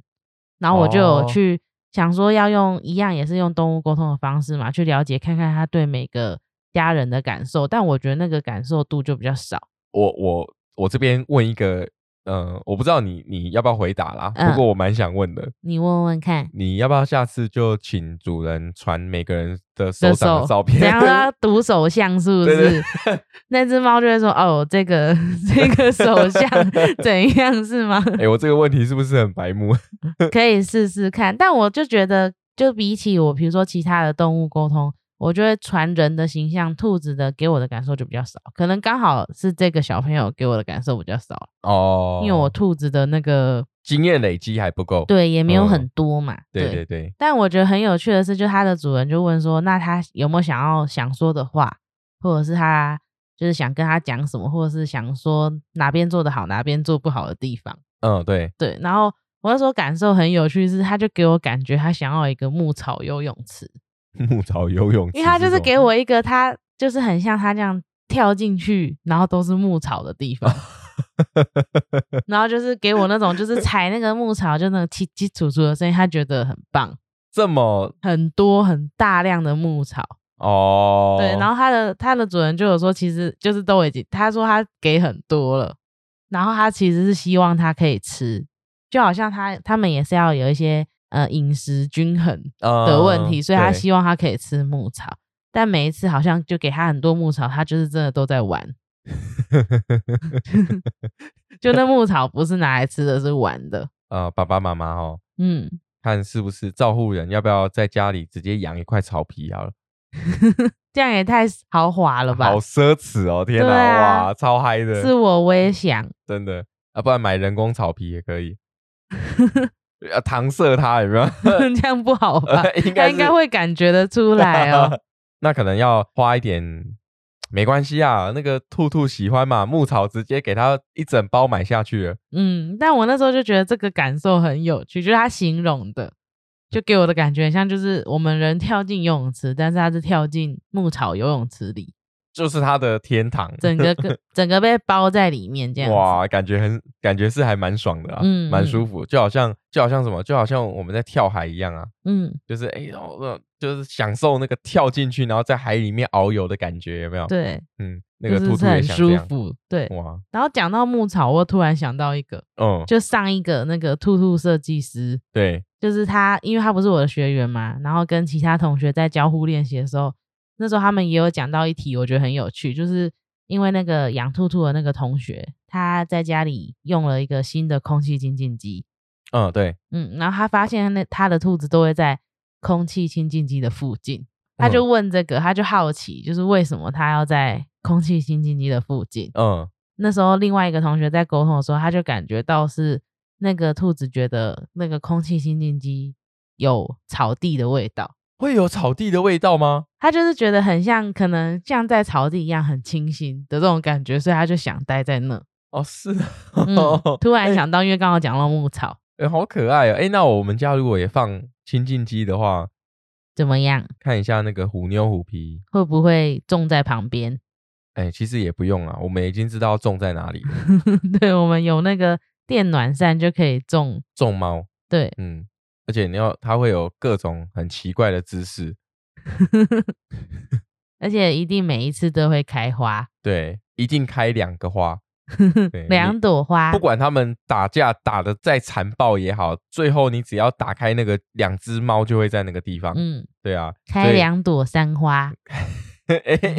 Speaker 2: 然后我就
Speaker 1: 哦
Speaker 2: 有去想说要用一样也是用动物沟通的方式嘛，去了解看看他对每个家人的感受，但我觉得那个感受度就比较少。
Speaker 1: 我我我这边问一个，嗯，我不知道你你要不要回答啦，
Speaker 2: 嗯
Speaker 1: 不过我蛮想问的，
Speaker 2: 你问问看，
Speaker 1: 你要不要下次就请主人传每个人的手掌的照片？
Speaker 2: 怎 样都要读手相是不
Speaker 1: 对对
Speaker 2: 是？ 那只猫就会说：“哦，这个这个 手相怎样是吗？
Speaker 1: 哎、我这个问题是不是很白目？
Speaker 2: 可以试试看。”但我就觉得，就比起我，比如说其他的动物沟通，我就会传人的形象，兔子的给我的感受就比较少。可能刚好是这个小朋友给我的感受比较少，
Speaker 1: 哦，
Speaker 2: 因为我兔子的那个
Speaker 1: 经验累积还不够。
Speaker 2: 对也没有
Speaker 1: 嗯
Speaker 2: 很多嘛。
Speaker 1: 对对对，
Speaker 2: 但我觉得很有趣的是，就它的主人就问说，那它有没有想要想说的话，或者是它就是想跟它讲什么，或者是想说哪边做的好，哪边做不好的地方。
Speaker 1: 嗯对，
Speaker 2: 对，然后我那时候感受很有趣是，它就给我感觉它想要一个牧草游泳池，
Speaker 1: 牧草游泳池
Speaker 2: 因为它就是
Speaker 1: 这种
Speaker 2: 给我一个它就是很像它这样跳进去，然后都是牧草的地 方。然后就是给我那种就是踩那个牧草，就那种叽叽楚楚的声音，他觉得很棒，
Speaker 1: 这么
Speaker 2: 很多很大量的牧草。
Speaker 1: 哦，
Speaker 2: 对，然后它的它的主人就有说，其实就是都已经，他说他给很多了，然后他其实是希望它可以吃，就好像他他们也是要有一些呃饮食均衡
Speaker 1: 后
Speaker 2: 的问题，所以他
Speaker 1: 希
Speaker 2: 希望它可以吃牧草，但每一次好像就给他很多牧草，他就是真的都在玩， 就那牧草不是拿来吃的，是玩的，
Speaker 1: 呃爸爸妈妈哦，
Speaker 2: 嗯，
Speaker 1: 看是不是照护人要不要在家里直接养一块草皮 好了，
Speaker 2: 这样也太豪华了吧
Speaker 1: 好？奢侈哦！天哪，
Speaker 2: 对啊
Speaker 1: 哇，超嗨的，
Speaker 2: 是我，我也想。
Speaker 1: 真的啊，不然买人工草皮也可以，啊，搪塞它有没 有？？
Speaker 2: 这样不好吧
Speaker 1: 应
Speaker 2: 他
Speaker 1: 该
Speaker 2: 应该
Speaker 1: 是
Speaker 2: 会感觉得出来哦。
Speaker 1: 那可能要花一点，没关系啊，那个兔兔喜欢嘛，牧草直接给它一整包买下去了。
Speaker 2: 嗯，但我那时候就觉得这个感受很有趣，就是他形容的，就给我的感觉很像就是我们人跳进游泳池，但是他是跳进牧草游泳池里，
Speaker 1: 就是它的天堂，
Speaker 2: 整 个个整个被包在里面这样子。
Speaker 1: 哇，感觉很，感觉是还蛮爽的啊，
Speaker 2: 嗯
Speaker 1: 蛮
Speaker 2: 嗯
Speaker 1: 舒服，就好像就好像什么，就好像我们在跳海一样啊，
Speaker 2: 嗯，
Speaker 1: 就是哎呦，呃就是享受那个跳进去，然后在海里面遨游的感觉，有没有？，
Speaker 2: 对，
Speaker 1: 嗯，那个
Speaker 2: 就是
Speaker 1: 兔兔
Speaker 2: 是
Speaker 1: 也
Speaker 2: 很
Speaker 1: 想这
Speaker 2: 舒
Speaker 1: 样，嗯
Speaker 2: 服。对，
Speaker 1: 哇，
Speaker 2: 然后讲到牧草，我突然想到一个，
Speaker 1: 嗯，
Speaker 2: 就上一个那个兔兔设计师，
Speaker 1: 对，
Speaker 2: 就是他，因为他不是我的学员嘛，然后跟其他同学在交互练习的时候，那时候他们也有讲到一题，我觉得很有趣，就是因为那个养兔兔的那个同学，他在家里用了一个新的空气清净机，
Speaker 1: 嗯，对，
Speaker 2: 嗯，然后他发现那他的兔子都会在空气清净机的附近，他就问这个，他就好奇，就是为什么他要在空气清净机的附近？
Speaker 1: 嗯，
Speaker 2: 那时候另外一个同学在沟通的时候，他就感觉到是那个兔子觉得那个空气清净机有草地的味道，
Speaker 1: 会有草地的味道吗？
Speaker 2: 他就是觉得很像，可能像在草地一样很清新的这种感觉，所以他就想待在那。
Speaker 1: 哦，是，，
Speaker 2: 嗯
Speaker 1: 哦
Speaker 2: 突然想到，因为刚刚讲到牧草，
Speaker 1: 哎、好可爱哦！哎、那我们家如果也放清净机的话，
Speaker 2: 怎么样？
Speaker 1: 看一下那个虎妞虎皮，
Speaker 2: 会不会种在旁边？
Speaker 1: 哎、其实也不用啊，我们已经知道种在哪里了
Speaker 2: 对，我们有那个电暖扇就可以种。
Speaker 1: 种猫，
Speaker 2: 对，
Speaker 1: 嗯，而且你要它会有各种很奇怪的姿势，
Speaker 2: 而且一定每一次都会开花，
Speaker 1: 对，一定开两个花，对你
Speaker 2: 两朵花
Speaker 1: 不。管他们打架打的再残暴也好，最后你只要打开那个两只猫就会在那个地方，
Speaker 2: 嗯，
Speaker 1: 对啊，
Speaker 2: 开
Speaker 1: 所以，
Speaker 2: 两朵山花。
Speaker 1: 哎、哎哎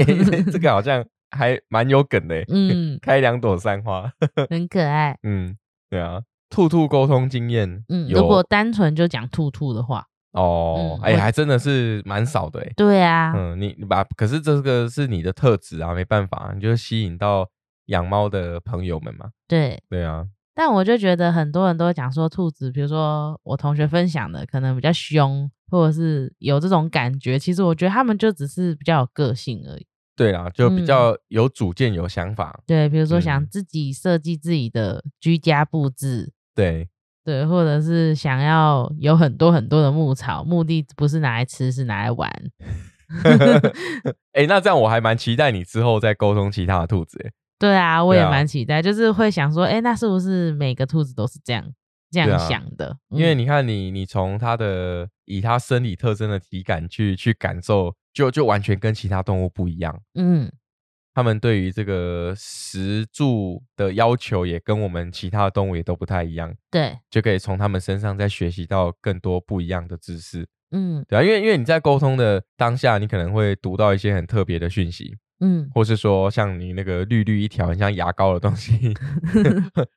Speaker 1: 这个好像还蛮有梗的、欸，
Speaker 2: 嗯，
Speaker 1: 开两朵山花。
Speaker 2: 很可爱。
Speaker 1: 嗯，对啊，兔兔沟通经验，
Speaker 2: 嗯，
Speaker 1: 有
Speaker 2: 如果单纯就讲兔兔的话，
Speaker 1: 哦，
Speaker 2: 嗯
Speaker 1: 哎、
Speaker 2: 我
Speaker 1: 还真的是蛮少的哎、
Speaker 2: 对啊，
Speaker 1: 嗯，你你把，可是这个是你的特质啊，没办法，你就吸引到养猫的朋友们嘛。
Speaker 2: 对。
Speaker 1: 对啊，
Speaker 2: 但我就觉得很多人都会讲说兔子，比如说我同学分享的，可能比较凶，或者是有这种感觉。其实我觉得他们就只是比较有个性而已。
Speaker 1: 对啊，就比
Speaker 2: 嗯
Speaker 1: 较有主见、有想法。
Speaker 2: 对，比如说想
Speaker 1: 嗯
Speaker 2: 自己设计自己的居家布置，
Speaker 1: 对，
Speaker 2: 对，或者是想要有很多很多的牧草，目的不是拿来吃，是拿来玩。
Speaker 1: 哎、那这样我还蛮期待你之后再沟通其他的兔子、欸。
Speaker 2: 对啊，我
Speaker 1: 对
Speaker 2: 也
Speaker 1: 啊
Speaker 2: 蛮期待，就是会想说，哎、那是不是每个兔子都是这样这
Speaker 1: 对
Speaker 2: 样
Speaker 1: 啊
Speaker 2: 想的？
Speaker 1: 因为
Speaker 2: 嗯
Speaker 1: 你看你，你从它的以它生理特征的体感去去感受，就就完全跟其他动物不一样。
Speaker 2: 嗯，
Speaker 1: 他们对于这个食住的要求也跟我们其他的动物也都不太一样，
Speaker 2: 对，
Speaker 1: 就可以从他们身上再学习到更多不一样的知识，
Speaker 2: 嗯
Speaker 1: 对啊，因为因为你在沟通的当下，你可能会读到一些很特别的讯息，
Speaker 2: 嗯，
Speaker 1: 或是说像你那个绿绿一条很像牙膏的东 西，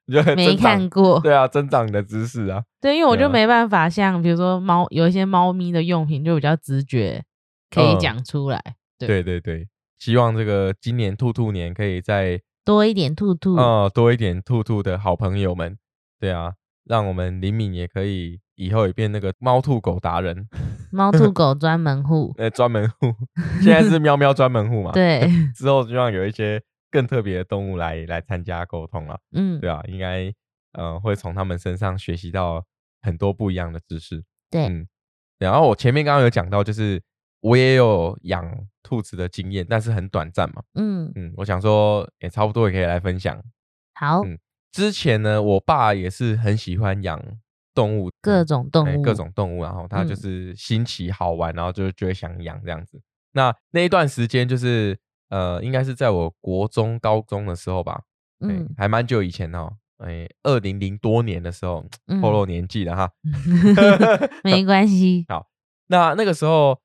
Speaker 1: 你就会
Speaker 2: 没
Speaker 1: 增长
Speaker 2: 看过。
Speaker 1: 对啊，增长你的知识啊，
Speaker 2: 对，因为我
Speaker 1: 对
Speaker 2: 就
Speaker 1: 啊
Speaker 2: 没办法像比如说猫，有一些猫咪的用品就比较直觉，可以
Speaker 1: 嗯
Speaker 2: 讲出来，
Speaker 1: 对
Speaker 2: 对
Speaker 1: 对对，希望这个今年兔兔年可以在
Speaker 2: 多一点兔兔。
Speaker 1: 哦，多一点兔兔的好朋友们，对啊，让我们灵敏也可以以后也变那个猫兔狗达人，，
Speaker 2: 猫兔狗专门户
Speaker 1: 呃，专门 户，现在是喵喵专门户嘛，，
Speaker 2: 对，
Speaker 1: 之后就让有一些更特别的动物来来参加沟通了，
Speaker 2: 嗯，
Speaker 1: 对啊，应该呃会从他们身上学习到很多不一样的知识，
Speaker 2: 对
Speaker 1: 嗯，然后我前面刚刚有讲到，就是我也有养兔子的经验，但是很短暂嘛，
Speaker 2: 嗯，
Speaker 1: 嗯，我想说也差不多也可以来分享。
Speaker 2: 好，
Speaker 1: 嗯之前呢，我爸也是很喜欢养动物，
Speaker 2: 各
Speaker 1: 嗯
Speaker 2: 种动
Speaker 1: 哎
Speaker 2: 物，
Speaker 1: 各，种动物，然后他就
Speaker 2: 嗯
Speaker 1: 是新奇好玩，然后就就会想养这样子。那那一段时间就是呃，应该是在我国中、高中的时候吧，嗯
Speaker 2: 嗯，
Speaker 1: 还蛮久以前哦，哎，二零零多年的时候，
Speaker 2: 嗯
Speaker 1: 透露年纪了哈。
Speaker 2: 没关系，
Speaker 1: 那那个时候，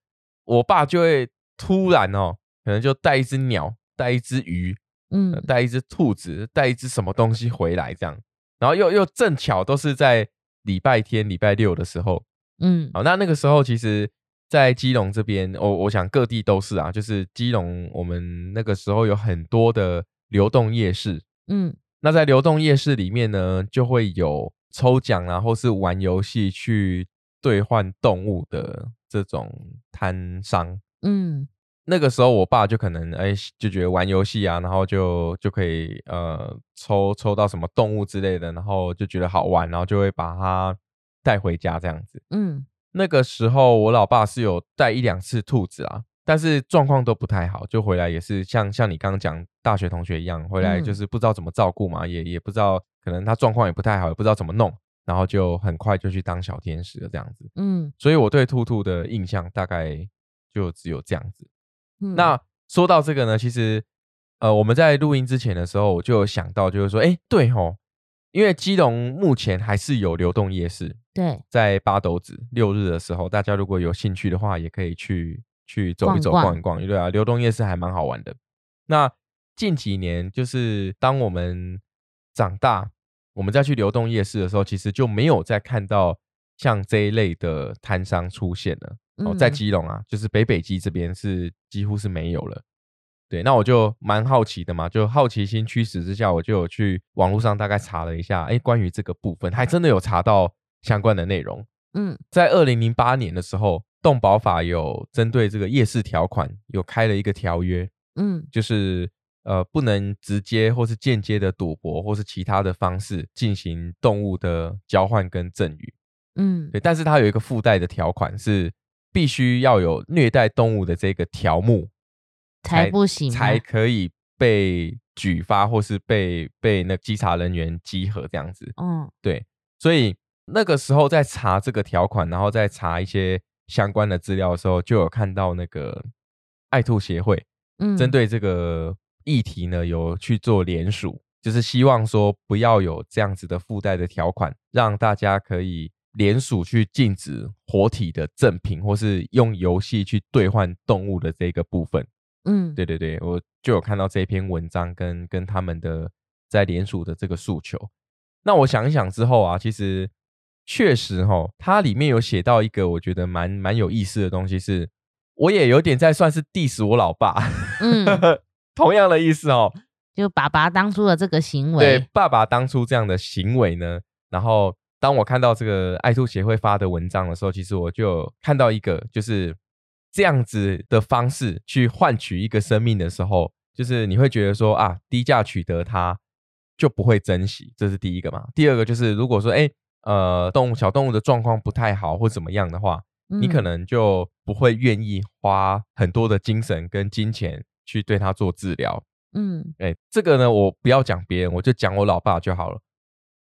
Speaker 1: 我爸就会突然哦，可能就带一只鸟，带一只鱼，
Speaker 2: 嗯
Speaker 1: 呃，带一只兔子，带一只什么东西回来这样，然后又又正巧都是在礼拜天、礼拜六的时候，
Speaker 2: 嗯
Speaker 1: 好，那那个时候其实，在基隆这边，我、我想各地都是啊，就是基隆，我们那个时候有很多的流动夜市。
Speaker 2: 嗯
Speaker 1: 那在流动夜市里面呢，就会有抽奖啊，或是玩游戏去兑换动物的这种摊商。
Speaker 2: 嗯
Speaker 1: 那个时候，我爸就可能哎、就觉得玩游戏啊，然后就就可以呃抽抽到什么动物之类的，然后就觉得好玩，然后就会把它带回家这样子。
Speaker 2: 嗯
Speaker 1: 那个时候我老爸是有带一两次兔子啊，但是状况都不太好，就回来也是像像你刚刚讲大学同学一样，回来就
Speaker 2: 嗯
Speaker 1: 是不知道怎么照顾嘛，也也不知道可能他状况也不太好，也不知道怎么弄，然后就很快就去当小天使了这样子。
Speaker 2: 嗯
Speaker 1: 所以我对兔兔的印象大概就只有这样子。
Speaker 2: 嗯，
Speaker 1: 那说到这个呢，其实呃我们在录音之前的时候，我就有想到就是说，哎，对吼，因为基隆目前还是有流动夜市，
Speaker 2: 对
Speaker 1: 在八斗子六日的时候，大家如果有兴趣的话，也可以去去走一走、
Speaker 2: 逛
Speaker 1: 逛一逛。对啊，流动夜市还蛮好玩的。那近几年，就是当我们长大，我们再去流动夜市的时候，其实就没有再看到像这一类的摊商出现了。哦，在
Speaker 2: 嗯
Speaker 1: 基隆啊，就是北北基这边是几乎是没有了。对，那我就蛮好奇的嘛，就好奇心驱使之下，我就有去网络上大概查了一下，哎，关于这个部分，还真的有查到相关的内容。
Speaker 2: 嗯
Speaker 1: 在二零零八年的时候，动保法有针对这个夜市条款有开了一个条约，
Speaker 2: 嗯
Speaker 1: 就是呃不能直接或是间接的赌博或是其他的方式进行动物的交换跟赠与。
Speaker 2: 嗯
Speaker 1: 对，但是它有一个附带的条款是必须要有虐待动物的这个条目
Speaker 2: 才
Speaker 1: 才
Speaker 2: 不行啊嘛，
Speaker 1: 才可以被举发或是被被那稽查人员稽核这样子。
Speaker 2: 嗯
Speaker 1: 所以那个时候在查这个条款，然后再查一些相关的资料的时候，就有看到那个爱兔协会
Speaker 2: 嗯，
Speaker 1: 针对这个议题呢，有去做联署，就是希望说不要有这样子的附带的条款，让大家可以联署去禁止活体的赠品，或是用游戏去兑换动物的这个部分。
Speaker 2: 嗯
Speaker 1: 对对对，我就有看到这篇文章跟跟他们的在联署的这个诉求。那我想一想之后啊，其实确实哈、它里面有写到一个我觉得蛮蛮有意思的东西是，我也有点在算是 diss 我老爸，
Speaker 2: 嗯，
Speaker 1: 同样的意思哦。
Speaker 2: 就爸爸当初的这个行
Speaker 1: 对
Speaker 2: 为，
Speaker 1: 爸爸当初这样的行为呢，然后当我看到这个爱兔协会发的文章的时候，其实我就看到一个就是这样子的方式去换取一个生命的时候，就是你会觉得说啊，低价取得它就不会珍惜，这是第一个嘛。第二个就是如果说哎呃动物小动物的状况不太好或怎么样的话，你可
Speaker 2: 嗯
Speaker 1: 能就不会愿意花很多的精神跟金钱去对它做治疗。
Speaker 2: 嗯
Speaker 1: 哎、这个呢，我不要讲别人，我就讲我老爸就好了。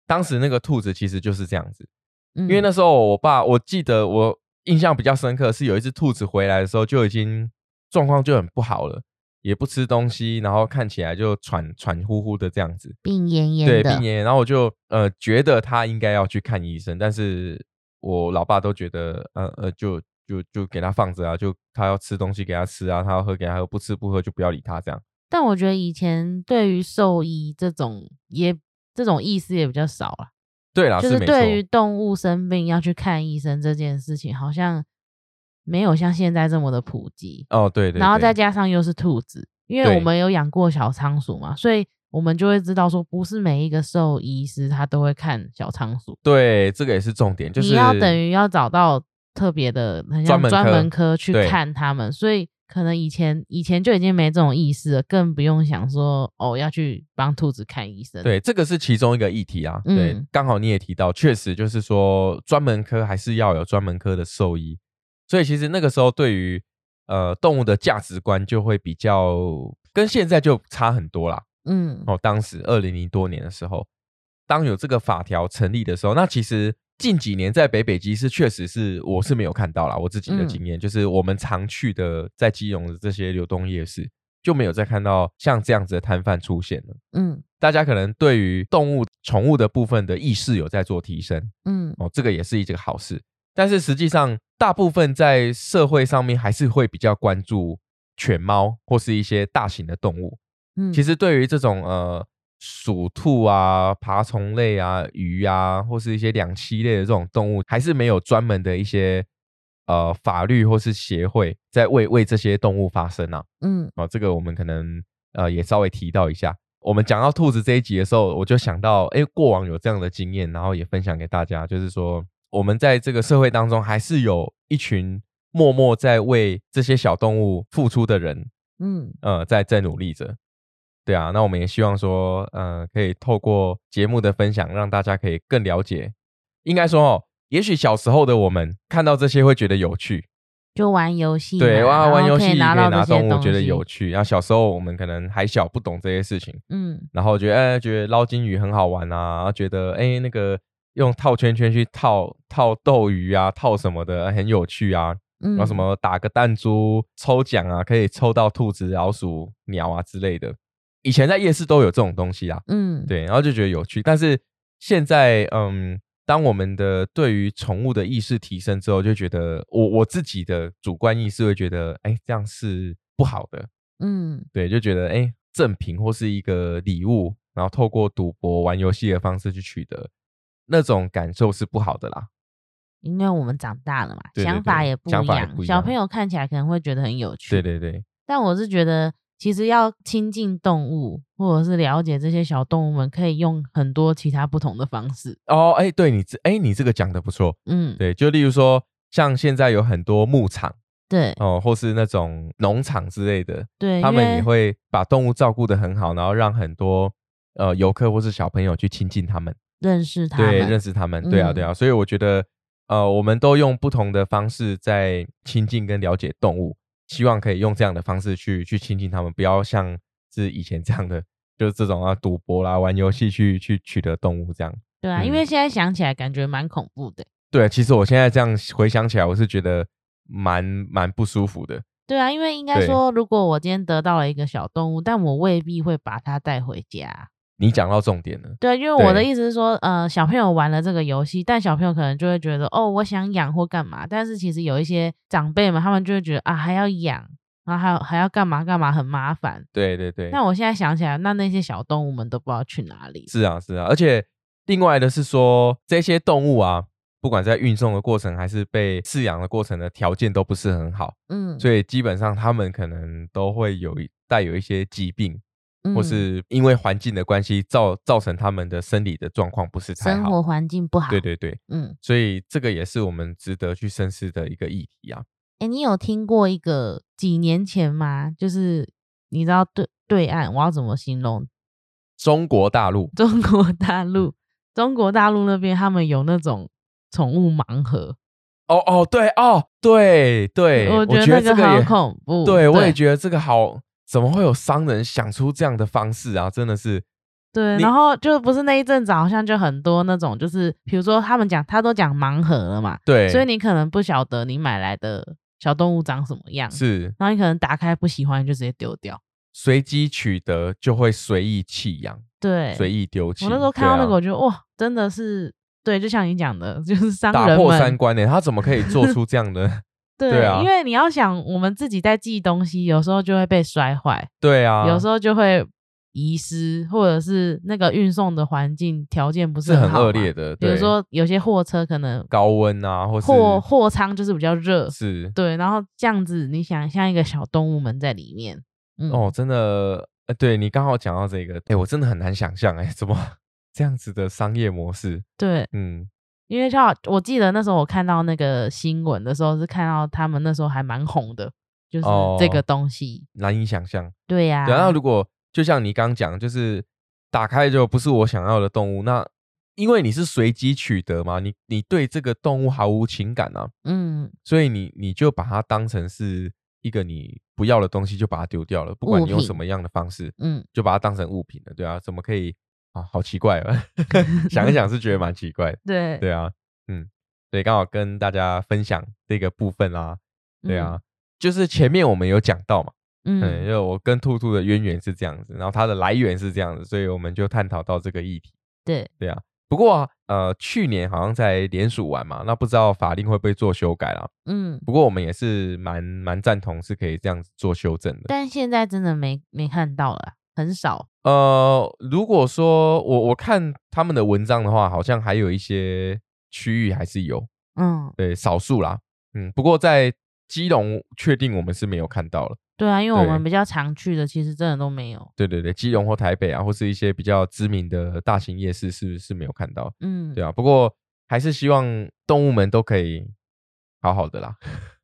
Speaker 1: 当时那个兔子其实就是这样子，
Speaker 2: 嗯，
Speaker 1: 因为那时候我爸，我记得我印象比较深刻是有一只兔子回来的时候就已经状况就很不好了，也不吃东西，然后看起来就喘喘呼呼的这样子，
Speaker 2: 病恹恹
Speaker 1: 对，
Speaker 2: 的，
Speaker 1: 病恹恹。然后我就呃觉得他应该要去看医生，但是我老爸都觉得呃呃就就就给他放着啊，就他要吃东西给他吃啊，他要喝给他喝，不吃不喝就不要理他这样。
Speaker 2: 但我觉得以前对于兽医这种也这种意思也比较少了，
Speaker 1: 对啦，
Speaker 2: 就是是
Speaker 1: 啊没
Speaker 2: 对
Speaker 1: 错
Speaker 2: 于。动物生病要去看医生这件事情，好像没有像现在这么的普及。
Speaker 1: 哦，对对
Speaker 2: 然后
Speaker 1: 对
Speaker 2: 再加上又是兔子，因为
Speaker 1: 对
Speaker 2: 我们有养过小仓鼠嘛，所以我们就会知道说，不是每一个兽医师他都会看小仓鼠，
Speaker 1: 对，这个也是重点，就是
Speaker 2: 你要等于要找到特别的很
Speaker 1: 专
Speaker 2: 像
Speaker 1: 门
Speaker 2: 专
Speaker 1: 科
Speaker 2: 门科去
Speaker 1: 对
Speaker 2: 看他们，所以可能以前以前就已经没这种意识了，更不用想说哦要去帮兔子看医生。，
Speaker 1: 对，这个是其中一个议题啊。对
Speaker 2: 嗯，
Speaker 1: 刚好你也提到，确实就是说专门科还是要有专门科的兽医，所以其实那个时候对于呃动物的价值观就会比较跟现在就差很多啦。
Speaker 2: 嗯
Speaker 1: 哦，当时二零零多年的时候，当有这个法条成立的时候，那其实近几年在北北基是确实是我是没有看到啦，我自己的
Speaker 2: 嗯
Speaker 1: 经验、就是我们常去的在基隆的这些流动夜市就没有再看到像这样子的摊贩出现了。
Speaker 2: 嗯
Speaker 1: 大家可能对于动物宠物的部分的意识有在做提升
Speaker 2: 嗯
Speaker 1: 哦，这个也是一件好事。但是实际上，大部分在社会上面还是会比较关注犬猫或是一些大型的动物，
Speaker 2: 嗯，
Speaker 1: 其
Speaker 2: 实
Speaker 1: 实对于这种呃鼠兔啊、爬虫类啊、鱼啊，或是一些两栖类的这种动物，还是没有专门的一些呃法律或是协会在为为这些动物发声啊。
Speaker 2: 嗯，
Speaker 1: 哦，这个我们可能呃也稍微提到一下。我们讲到兔子这一集的时候，我就想到，哎，过往有这样的经验，然后也分享给大家，就是说我们在这个社会当中，还是有一群默默在为这些小动物付出的人，
Speaker 2: 嗯，
Speaker 1: 呃，在在努力着。对啊，那我们也希望说，呃，可以透过节目的分享，让大家可以更了解。应该说哦，也许小时候的我们看到这些会觉得有趣，
Speaker 2: 就玩游戏嘛，
Speaker 1: 对，
Speaker 2: 然
Speaker 1: 玩
Speaker 2: 后
Speaker 1: 玩游戏
Speaker 2: 可以拿到这
Speaker 1: 拿
Speaker 2: 些
Speaker 1: 动物，
Speaker 2: 东
Speaker 1: 觉得
Speaker 2: 西
Speaker 1: 有，趣。然后小时候我们可能还小，不懂这些事情，
Speaker 2: 嗯
Speaker 1: 然后觉得哎、觉得捞金鱼很好玩啊，然后觉得哎、那个用套圈圈去套套斗鱼啊，套什么的很有趣啊。
Speaker 2: 嗯，
Speaker 1: 然后什么打个弹珠抽奖啊，可以抽到兔子、老鼠、鸟啊之类的。以前在夜市都有这种东西啊，
Speaker 2: 嗯，
Speaker 1: 对，然后就觉得有趣。但是现在，嗯，当我们的对于宠物的意识提升之后，就觉得我我自己的主观意识会觉得，哎，这样是不好的，
Speaker 2: 嗯
Speaker 1: 对，就觉得哎，赠品或是一个礼物，然后透过赌博、玩游戏的方式去取得，那种感受是不好的啦。
Speaker 2: 因为我们长大了嘛，
Speaker 1: 对对
Speaker 2: 想法
Speaker 1: 对
Speaker 2: 也不
Speaker 1: 想
Speaker 2: 一
Speaker 1: 法也
Speaker 2: 样
Speaker 1: 不一
Speaker 2: 小
Speaker 1: 样
Speaker 2: 朋友看起来可能会觉得很有趣，
Speaker 1: 对对对，
Speaker 2: 但我是觉得，其实要亲近动物，或者是了解这些小动物们，可以用很多其他不同的方式。
Speaker 1: 哦，哎，对你这，哎，你这个讲的不错，
Speaker 2: 嗯，
Speaker 1: 对，就例如说，像现在有很多牧场
Speaker 2: 对
Speaker 1: 哦，或是那种农场之类的，
Speaker 2: 对，
Speaker 1: 他
Speaker 2: 因
Speaker 1: 们也
Speaker 2: 为
Speaker 1: 会把动物照顾得很好，然后让很多呃游客或是小朋友去亲近他们，
Speaker 2: 认识他
Speaker 1: 对，认
Speaker 2: 们。嗯
Speaker 1: 识他们，对啊，对啊，所以我觉得呃，我们都用不同的方式在亲近跟了解动物，希望可以用这样的方式去去亲近他们，不要像是以前这样的，就是这种啊赌博啦、玩游戏去去取得动物这样。
Speaker 2: 对啊，因
Speaker 1: 嗯
Speaker 2: 为现在想起来感觉蛮恐怖的。
Speaker 1: 对，其实我现在这样回想起来，我是觉得蛮蛮不舒服的。
Speaker 2: 对啊，因为应该
Speaker 1: 对
Speaker 2: 说，如果我今天得到了一个小动物，但我未必会把它带回家。
Speaker 1: 你讲到重点了。
Speaker 2: 对，因为我的
Speaker 1: 对
Speaker 2: 意思是说，呃，小朋友玩了这个游戏，但小朋友可能就会觉得，哦，我想养或干嘛。但是其实有一些长辈们，他们就会觉得啊，还要养，然后还要还要干嘛干嘛，很麻烦。
Speaker 1: 对对对，
Speaker 2: 那我现在想起来，那那些小动物们都不知道去哪里。
Speaker 1: 是啊是啊，而且另外的是说，这些动物啊，不管在运送的过程还是被饲养的过程的条件都不是很好，
Speaker 2: 嗯，
Speaker 1: 所以基本上它们可能都会有一带有一些疾病，
Speaker 2: 以
Speaker 1: 或是因为环境的关系造造成它们的生理的状况不是太
Speaker 2: 生
Speaker 1: 好。
Speaker 2: 活环境不好。
Speaker 1: 对，对对，
Speaker 2: 嗯，
Speaker 1: 所以这个也是我们值得去深思的一个议题啊。
Speaker 2: 哎，你有听过一个几年前吗？就是你知道对对岸，我要怎么形容？
Speaker 1: 中国大陆
Speaker 2: 中国大陆，中国大陆那边他们有那种宠物盲盒，
Speaker 1: 哦哦，对哦，对对，
Speaker 2: 我
Speaker 1: 我
Speaker 2: 觉
Speaker 1: 觉得
Speaker 2: 得那
Speaker 1: 这
Speaker 2: 个
Speaker 1: 个
Speaker 2: 好
Speaker 1: 也
Speaker 2: 恐怖。
Speaker 1: 对，我也觉得这个好，怎么会有商人想出这样的方式啊？真的是，
Speaker 2: 对，
Speaker 1: 你
Speaker 2: 然后就不是那一阵子，好像就很多那种，就是比如说他们讲，他都讲盲盒了嘛，
Speaker 1: 对，
Speaker 2: 所以你可能不晓得你买来的小动物长什么样，
Speaker 1: 是
Speaker 2: 然后你可能打开不喜欢就直接丢掉。
Speaker 1: 随机取得，就会随意弃养，
Speaker 2: 对，
Speaker 1: 随意丢弃。
Speaker 2: 我那时候看到那个，
Speaker 1: 对啊
Speaker 2: 我觉得、哇，真的是对，就像你讲的， 就是商
Speaker 1: 打
Speaker 2: 人
Speaker 1: 破三
Speaker 2: 们
Speaker 1: 观呢、他怎么可以做出这样的？
Speaker 2: 对，
Speaker 1: 对啊
Speaker 2: 因为你要想，我们自己在记东西，有时候就会被摔坏，
Speaker 1: 对啊，
Speaker 2: 有时候就会遗失，或者是那个运送的环境条件不
Speaker 1: 是很
Speaker 2: 好
Speaker 1: 恶
Speaker 2: 嘛
Speaker 1: 劣。的，
Speaker 2: 比如
Speaker 1: 对
Speaker 2: 说有些货车可能
Speaker 1: 高温啊，或是
Speaker 2: 货货仓就是比较热，
Speaker 1: 是
Speaker 2: 对，然后这样子，你想像一个小动物们在里面，嗯，
Speaker 1: 哦，真的，呃对你刚好讲到这个，哎，我真的很难想象，哎，怎么 这样子的商业模式？
Speaker 2: 对，
Speaker 1: 嗯，
Speaker 2: 因为像我记得那时候我看到那个新闻的时候，是看到他们那时候还蛮红的，就是这个
Speaker 1: 哦
Speaker 2: 东西。
Speaker 1: 难以想象。
Speaker 2: 对呀、
Speaker 1: 对啊，那如果就像你刚讲，就是打开就不是我想要的动物，那因为你是随机取得嘛，你你对这个动物毫无情感啊，
Speaker 2: 嗯，
Speaker 1: 所以你你就把它当成是一个你不要的东西，就把它丢掉了，不管
Speaker 2: 物
Speaker 1: 你用
Speaker 2: 品
Speaker 1: 什么样的方式，
Speaker 2: 嗯，
Speaker 1: 就把它当成物品了，对啊，怎么可以啊？好奇怪啊， 想一想是觉得蛮奇怪的，
Speaker 2: 对
Speaker 1: 对啊，嗯，所以刚好跟大家分享这个部分啦，对啊，，就是前面我们有讲到嘛。嗯，
Speaker 2: 嗯
Speaker 1: 因
Speaker 2: 嗯
Speaker 1: 为我跟兔兔的渊源是这样子，然后它的来源是这样子，所以我们就探讨到这个议题。
Speaker 2: 对，
Speaker 1: 对啊，不过啊，呃，去年好像在联署完嘛，那不知道法令会不会做修改啦。
Speaker 2: 嗯，
Speaker 1: 不过我们也是蛮蛮赞同是可以这样子做修正的。
Speaker 2: 但现在真的没没看到了，很少。
Speaker 1: 呃，如果说我我看他们的文章的话，好像还有一些区域还是有，
Speaker 2: 嗯，
Speaker 1: 对，少数啦。嗯，不过在基隆确定我们是没有看到了。
Speaker 2: 对啊，因为我们
Speaker 1: 对
Speaker 2: 比较常去的，其实真的都没有。
Speaker 1: 对对对，基隆或台北啊，或是一些比较知名的大型夜市是是没有看到。
Speaker 2: 嗯，
Speaker 1: 对啊，不过还是希望动物们都可以好好的啦。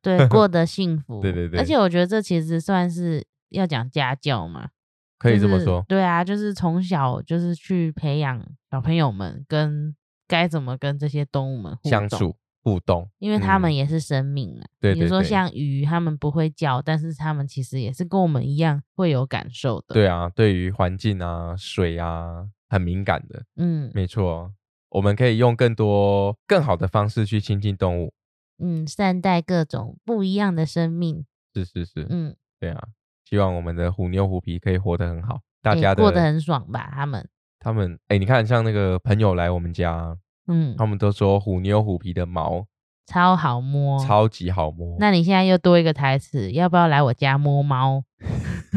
Speaker 2: 对， 过得幸福。
Speaker 1: 对对对
Speaker 2: 而且我觉得这其实算是要讲家教嘛，
Speaker 1: 可以这么
Speaker 2: 就是
Speaker 1: 说，
Speaker 2: 对啊，就是从小就是去培养小朋友们跟该怎么跟这些动物们互
Speaker 1: 相
Speaker 2: 动，
Speaker 1: 处互动，
Speaker 2: 因为他
Speaker 1: 嗯
Speaker 2: 们也是生命啊。
Speaker 1: 对
Speaker 2: 比
Speaker 1: 对
Speaker 2: 如说
Speaker 1: 对
Speaker 2: 像鱼，他们不会叫，但是他们其实也是跟我们一样会有感受的。，
Speaker 1: 对啊，对于环境啊、水啊很敏感的，
Speaker 2: 嗯
Speaker 1: 没错。我们可以用更多更好的方式去亲近动物。
Speaker 2: 嗯，善待各种不一样的生命。
Speaker 1: 是是是，
Speaker 2: 嗯，
Speaker 1: 对啊。希望我们的虎妞虎皮可以活得很好，大
Speaker 2: 也
Speaker 1: 家
Speaker 2: 过
Speaker 1: 的
Speaker 2: 得很爽吧？他们，
Speaker 1: 他们哎、你看像那个朋友来我们家，
Speaker 2: 嗯，
Speaker 1: 他们都说虎妞虎皮的毛
Speaker 2: 超好摸。
Speaker 1: 超级好摸。
Speaker 2: 哦那你现在又多一个台词，要不要来我家摸猫？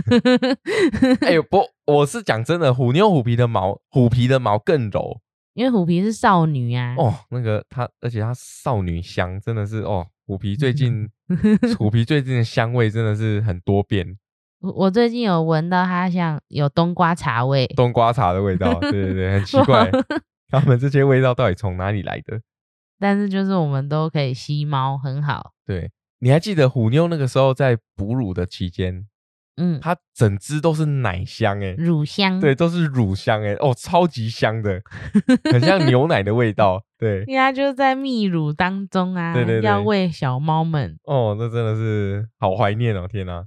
Speaker 1: 哎、不，我是讲真的，虎妞虎皮的毛，虎皮的毛更柔
Speaker 2: 因为虎皮是少女啊。
Speaker 1: 哦。那个它，而且它少女香真的是哦，虎皮最近虎皮最近的香味真的是很多变，
Speaker 2: 我我最近有闻到它像有冬瓜茶味，，
Speaker 1: 冬瓜茶的味道，对对对，很奇怪 他们这些味道到底从哪里来的？
Speaker 2: 但是就是我们都可以吸猫，很好。
Speaker 1: 对，你还记得虎妞那个时候在哺乳的期间，
Speaker 2: 嗯，
Speaker 1: 它整只都是奶香哎、
Speaker 2: 乳香。
Speaker 1: 对，，都是乳香哎、哦，超级香的，很像牛奶的味道， 对。
Speaker 2: 因为它就是在泌乳当中啊，
Speaker 1: 对对对
Speaker 2: 要喂小猫们。
Speaker 1: 哦，那真的是好怀念哦！天哪，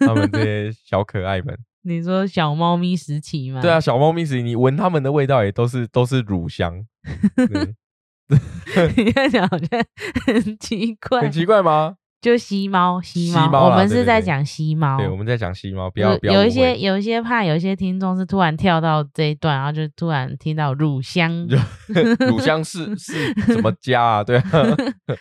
Speaker 1: 他们这些小可爱们，
Speaker 2: 你说小猫咪时期吗？
Speaker 1: 对 啊，，小猫咪时你闻它们的味道也都是都是乳 香，对
Speaker 2: 你在讲好像很奇怪，
Speaker 1: 很奇怪吗？
Speaker 2: 就吸猫，吸
Speaker 1: 吸
Speaker 2: 猫。
Speaker 1: 猫
Speaker 2: 我
Speaker 1: 啦对
Speaker 2: 们是
Speaker 1: 对
Speaker 2: 在
Speaker 1: 对
Speaker 2: 讲吸猫。
Speaker 1: 对，我们在讲吸猫，不要不要
Speaker 2: 有有
Speaker 1: 误
Speaker 2: 一些
Speaker 1: 会
Speaker 2: 有一些怕，有一些听众是突然跳到这一段，然后就突然听到乳香。
Speaker 1: 乳香是是怎么加啊？ 对啊，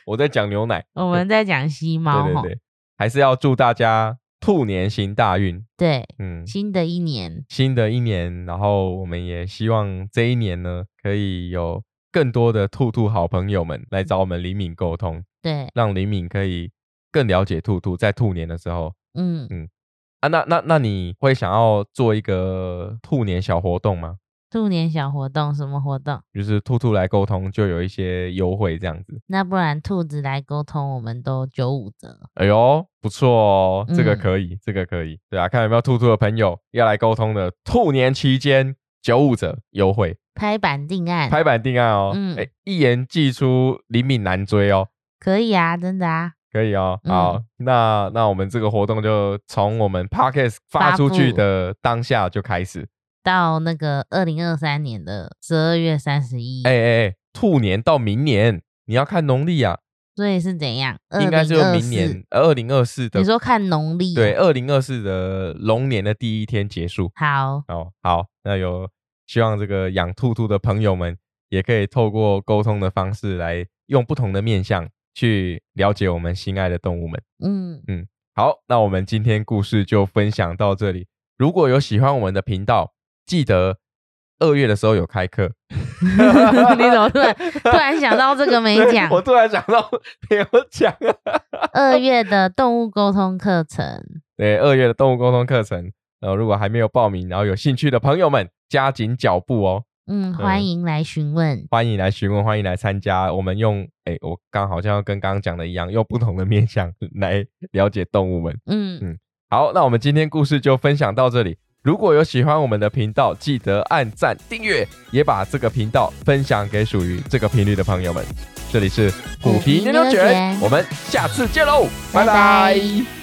Speaker 1: 我在讲牛奶，
Speaker 2: 我们在讲吸猫
Speaker 1: 对对
Speaker 2: 吼
Speaker 1: 对，还是要祝大家兔年行大运，
Speaker 2: 对，
Speaker 1: 嗯，
Speaker 2: 新的一年，
Speaker 1: 新的一年，然后我们也希望这一年呢，可以有更多的兔兔好朋友们来找我们李敏沟通。
Speaker 2: 对，
Speaker 1: 让李敏可以更了解兔兔，在兔年的时候
Speaker 2: 嗯，
Speaker 1: 啊，那那那你会想要做一个兔年小活动吗？
Speaker 2: 兔年小活动什么活动？
Speaker 1: 就是兔兔来沟通就有一些优惠这样子。
Speaker 2: 那不然兔子来沟通，我们都九五折。
Speaker 1: 哎呦，不错哦，这个
Speaker 2: 嗯
Speaker 1: 可以，这个可以，对啊，看有没有兔兔的朋友要来沟通的，兔年期间九五折优惠，
Speaker 2: 拍板定案，
Speaker 1: 拍板定案哦。
Speaker 2: 哎嗯
Speaker 1: 哎，一言既出，李敏难追哦。
Speaker 2: 可以啊，真的啊，
Speaker 1: 可以哦，
Speaker 2: 嗯
Speaker 1: 好，那那我们这个活动就从我们 podcast 发
Speaker 2: 发
Speaker 1: 出去
Speaker 2: 布嗯
Speaker 1: 的当下就开始，
Speaker 2: 到那个二零二三年的十二月三十一，
Speaker 1: 哎哎哎，兔年到明年，你要看农历啊，
Speaker 2: 所以是怎样？
Speaker 1: 应该是有明
Speaker 2: 2024
Speaker 1: 年。二零二四的
Speaker 2: 你，说看农历啊、
Speaker 1: 对，二零二四的龙年的第一天结束。
Speaker 2: 好，
Speaker 1: 哦，好，那有希望这个养兔兔的朋友们也可以透过沟通的方式来用不同的面向去了解我们心爱的动物们。
Speaker 2: 嗯，
Speaker 1: 好，那我们今天故事就分享到这里。如果有喜欢我们的频道，记得二月的时候有开课。你
Speaker 2: 你怎么 突然突然想到这个没讲？
Speaker 1: 我突然想到没有讲啊。
Speaker 2: 二月的动物沟通课程，
Speaker 1: 对，二月的动物沟通课程，然后如果还没有报名，然后有兴趣的朋友们，加紧脚步哦，
Speaker 2: 嗯，欢迎来询问。
Speaker 1: 欢迎来询问，欢迎来参加。我们用，哎，我刚好像要跟刚刚讲的一样，用不同的面向来了解动物们。
Speaker 2: 嗯，
Speaker 1: 好，那我们今天故事就分享到这里。如果有喜欢我们的频道，记得按赞、订阅，也把这个频道分享给属于这个频率的朋友们。这里是虎皮
Speaker 2: 虎皮
Speaker 1: 牛牛
Speaker 2: 牛
Speaker 1: 卷
Speaker 2: 卷，
Speaker 1: 我们下次见喽，拜
Speaker 2: 拜
Speaker 1: 拜
Speaker 2: 拜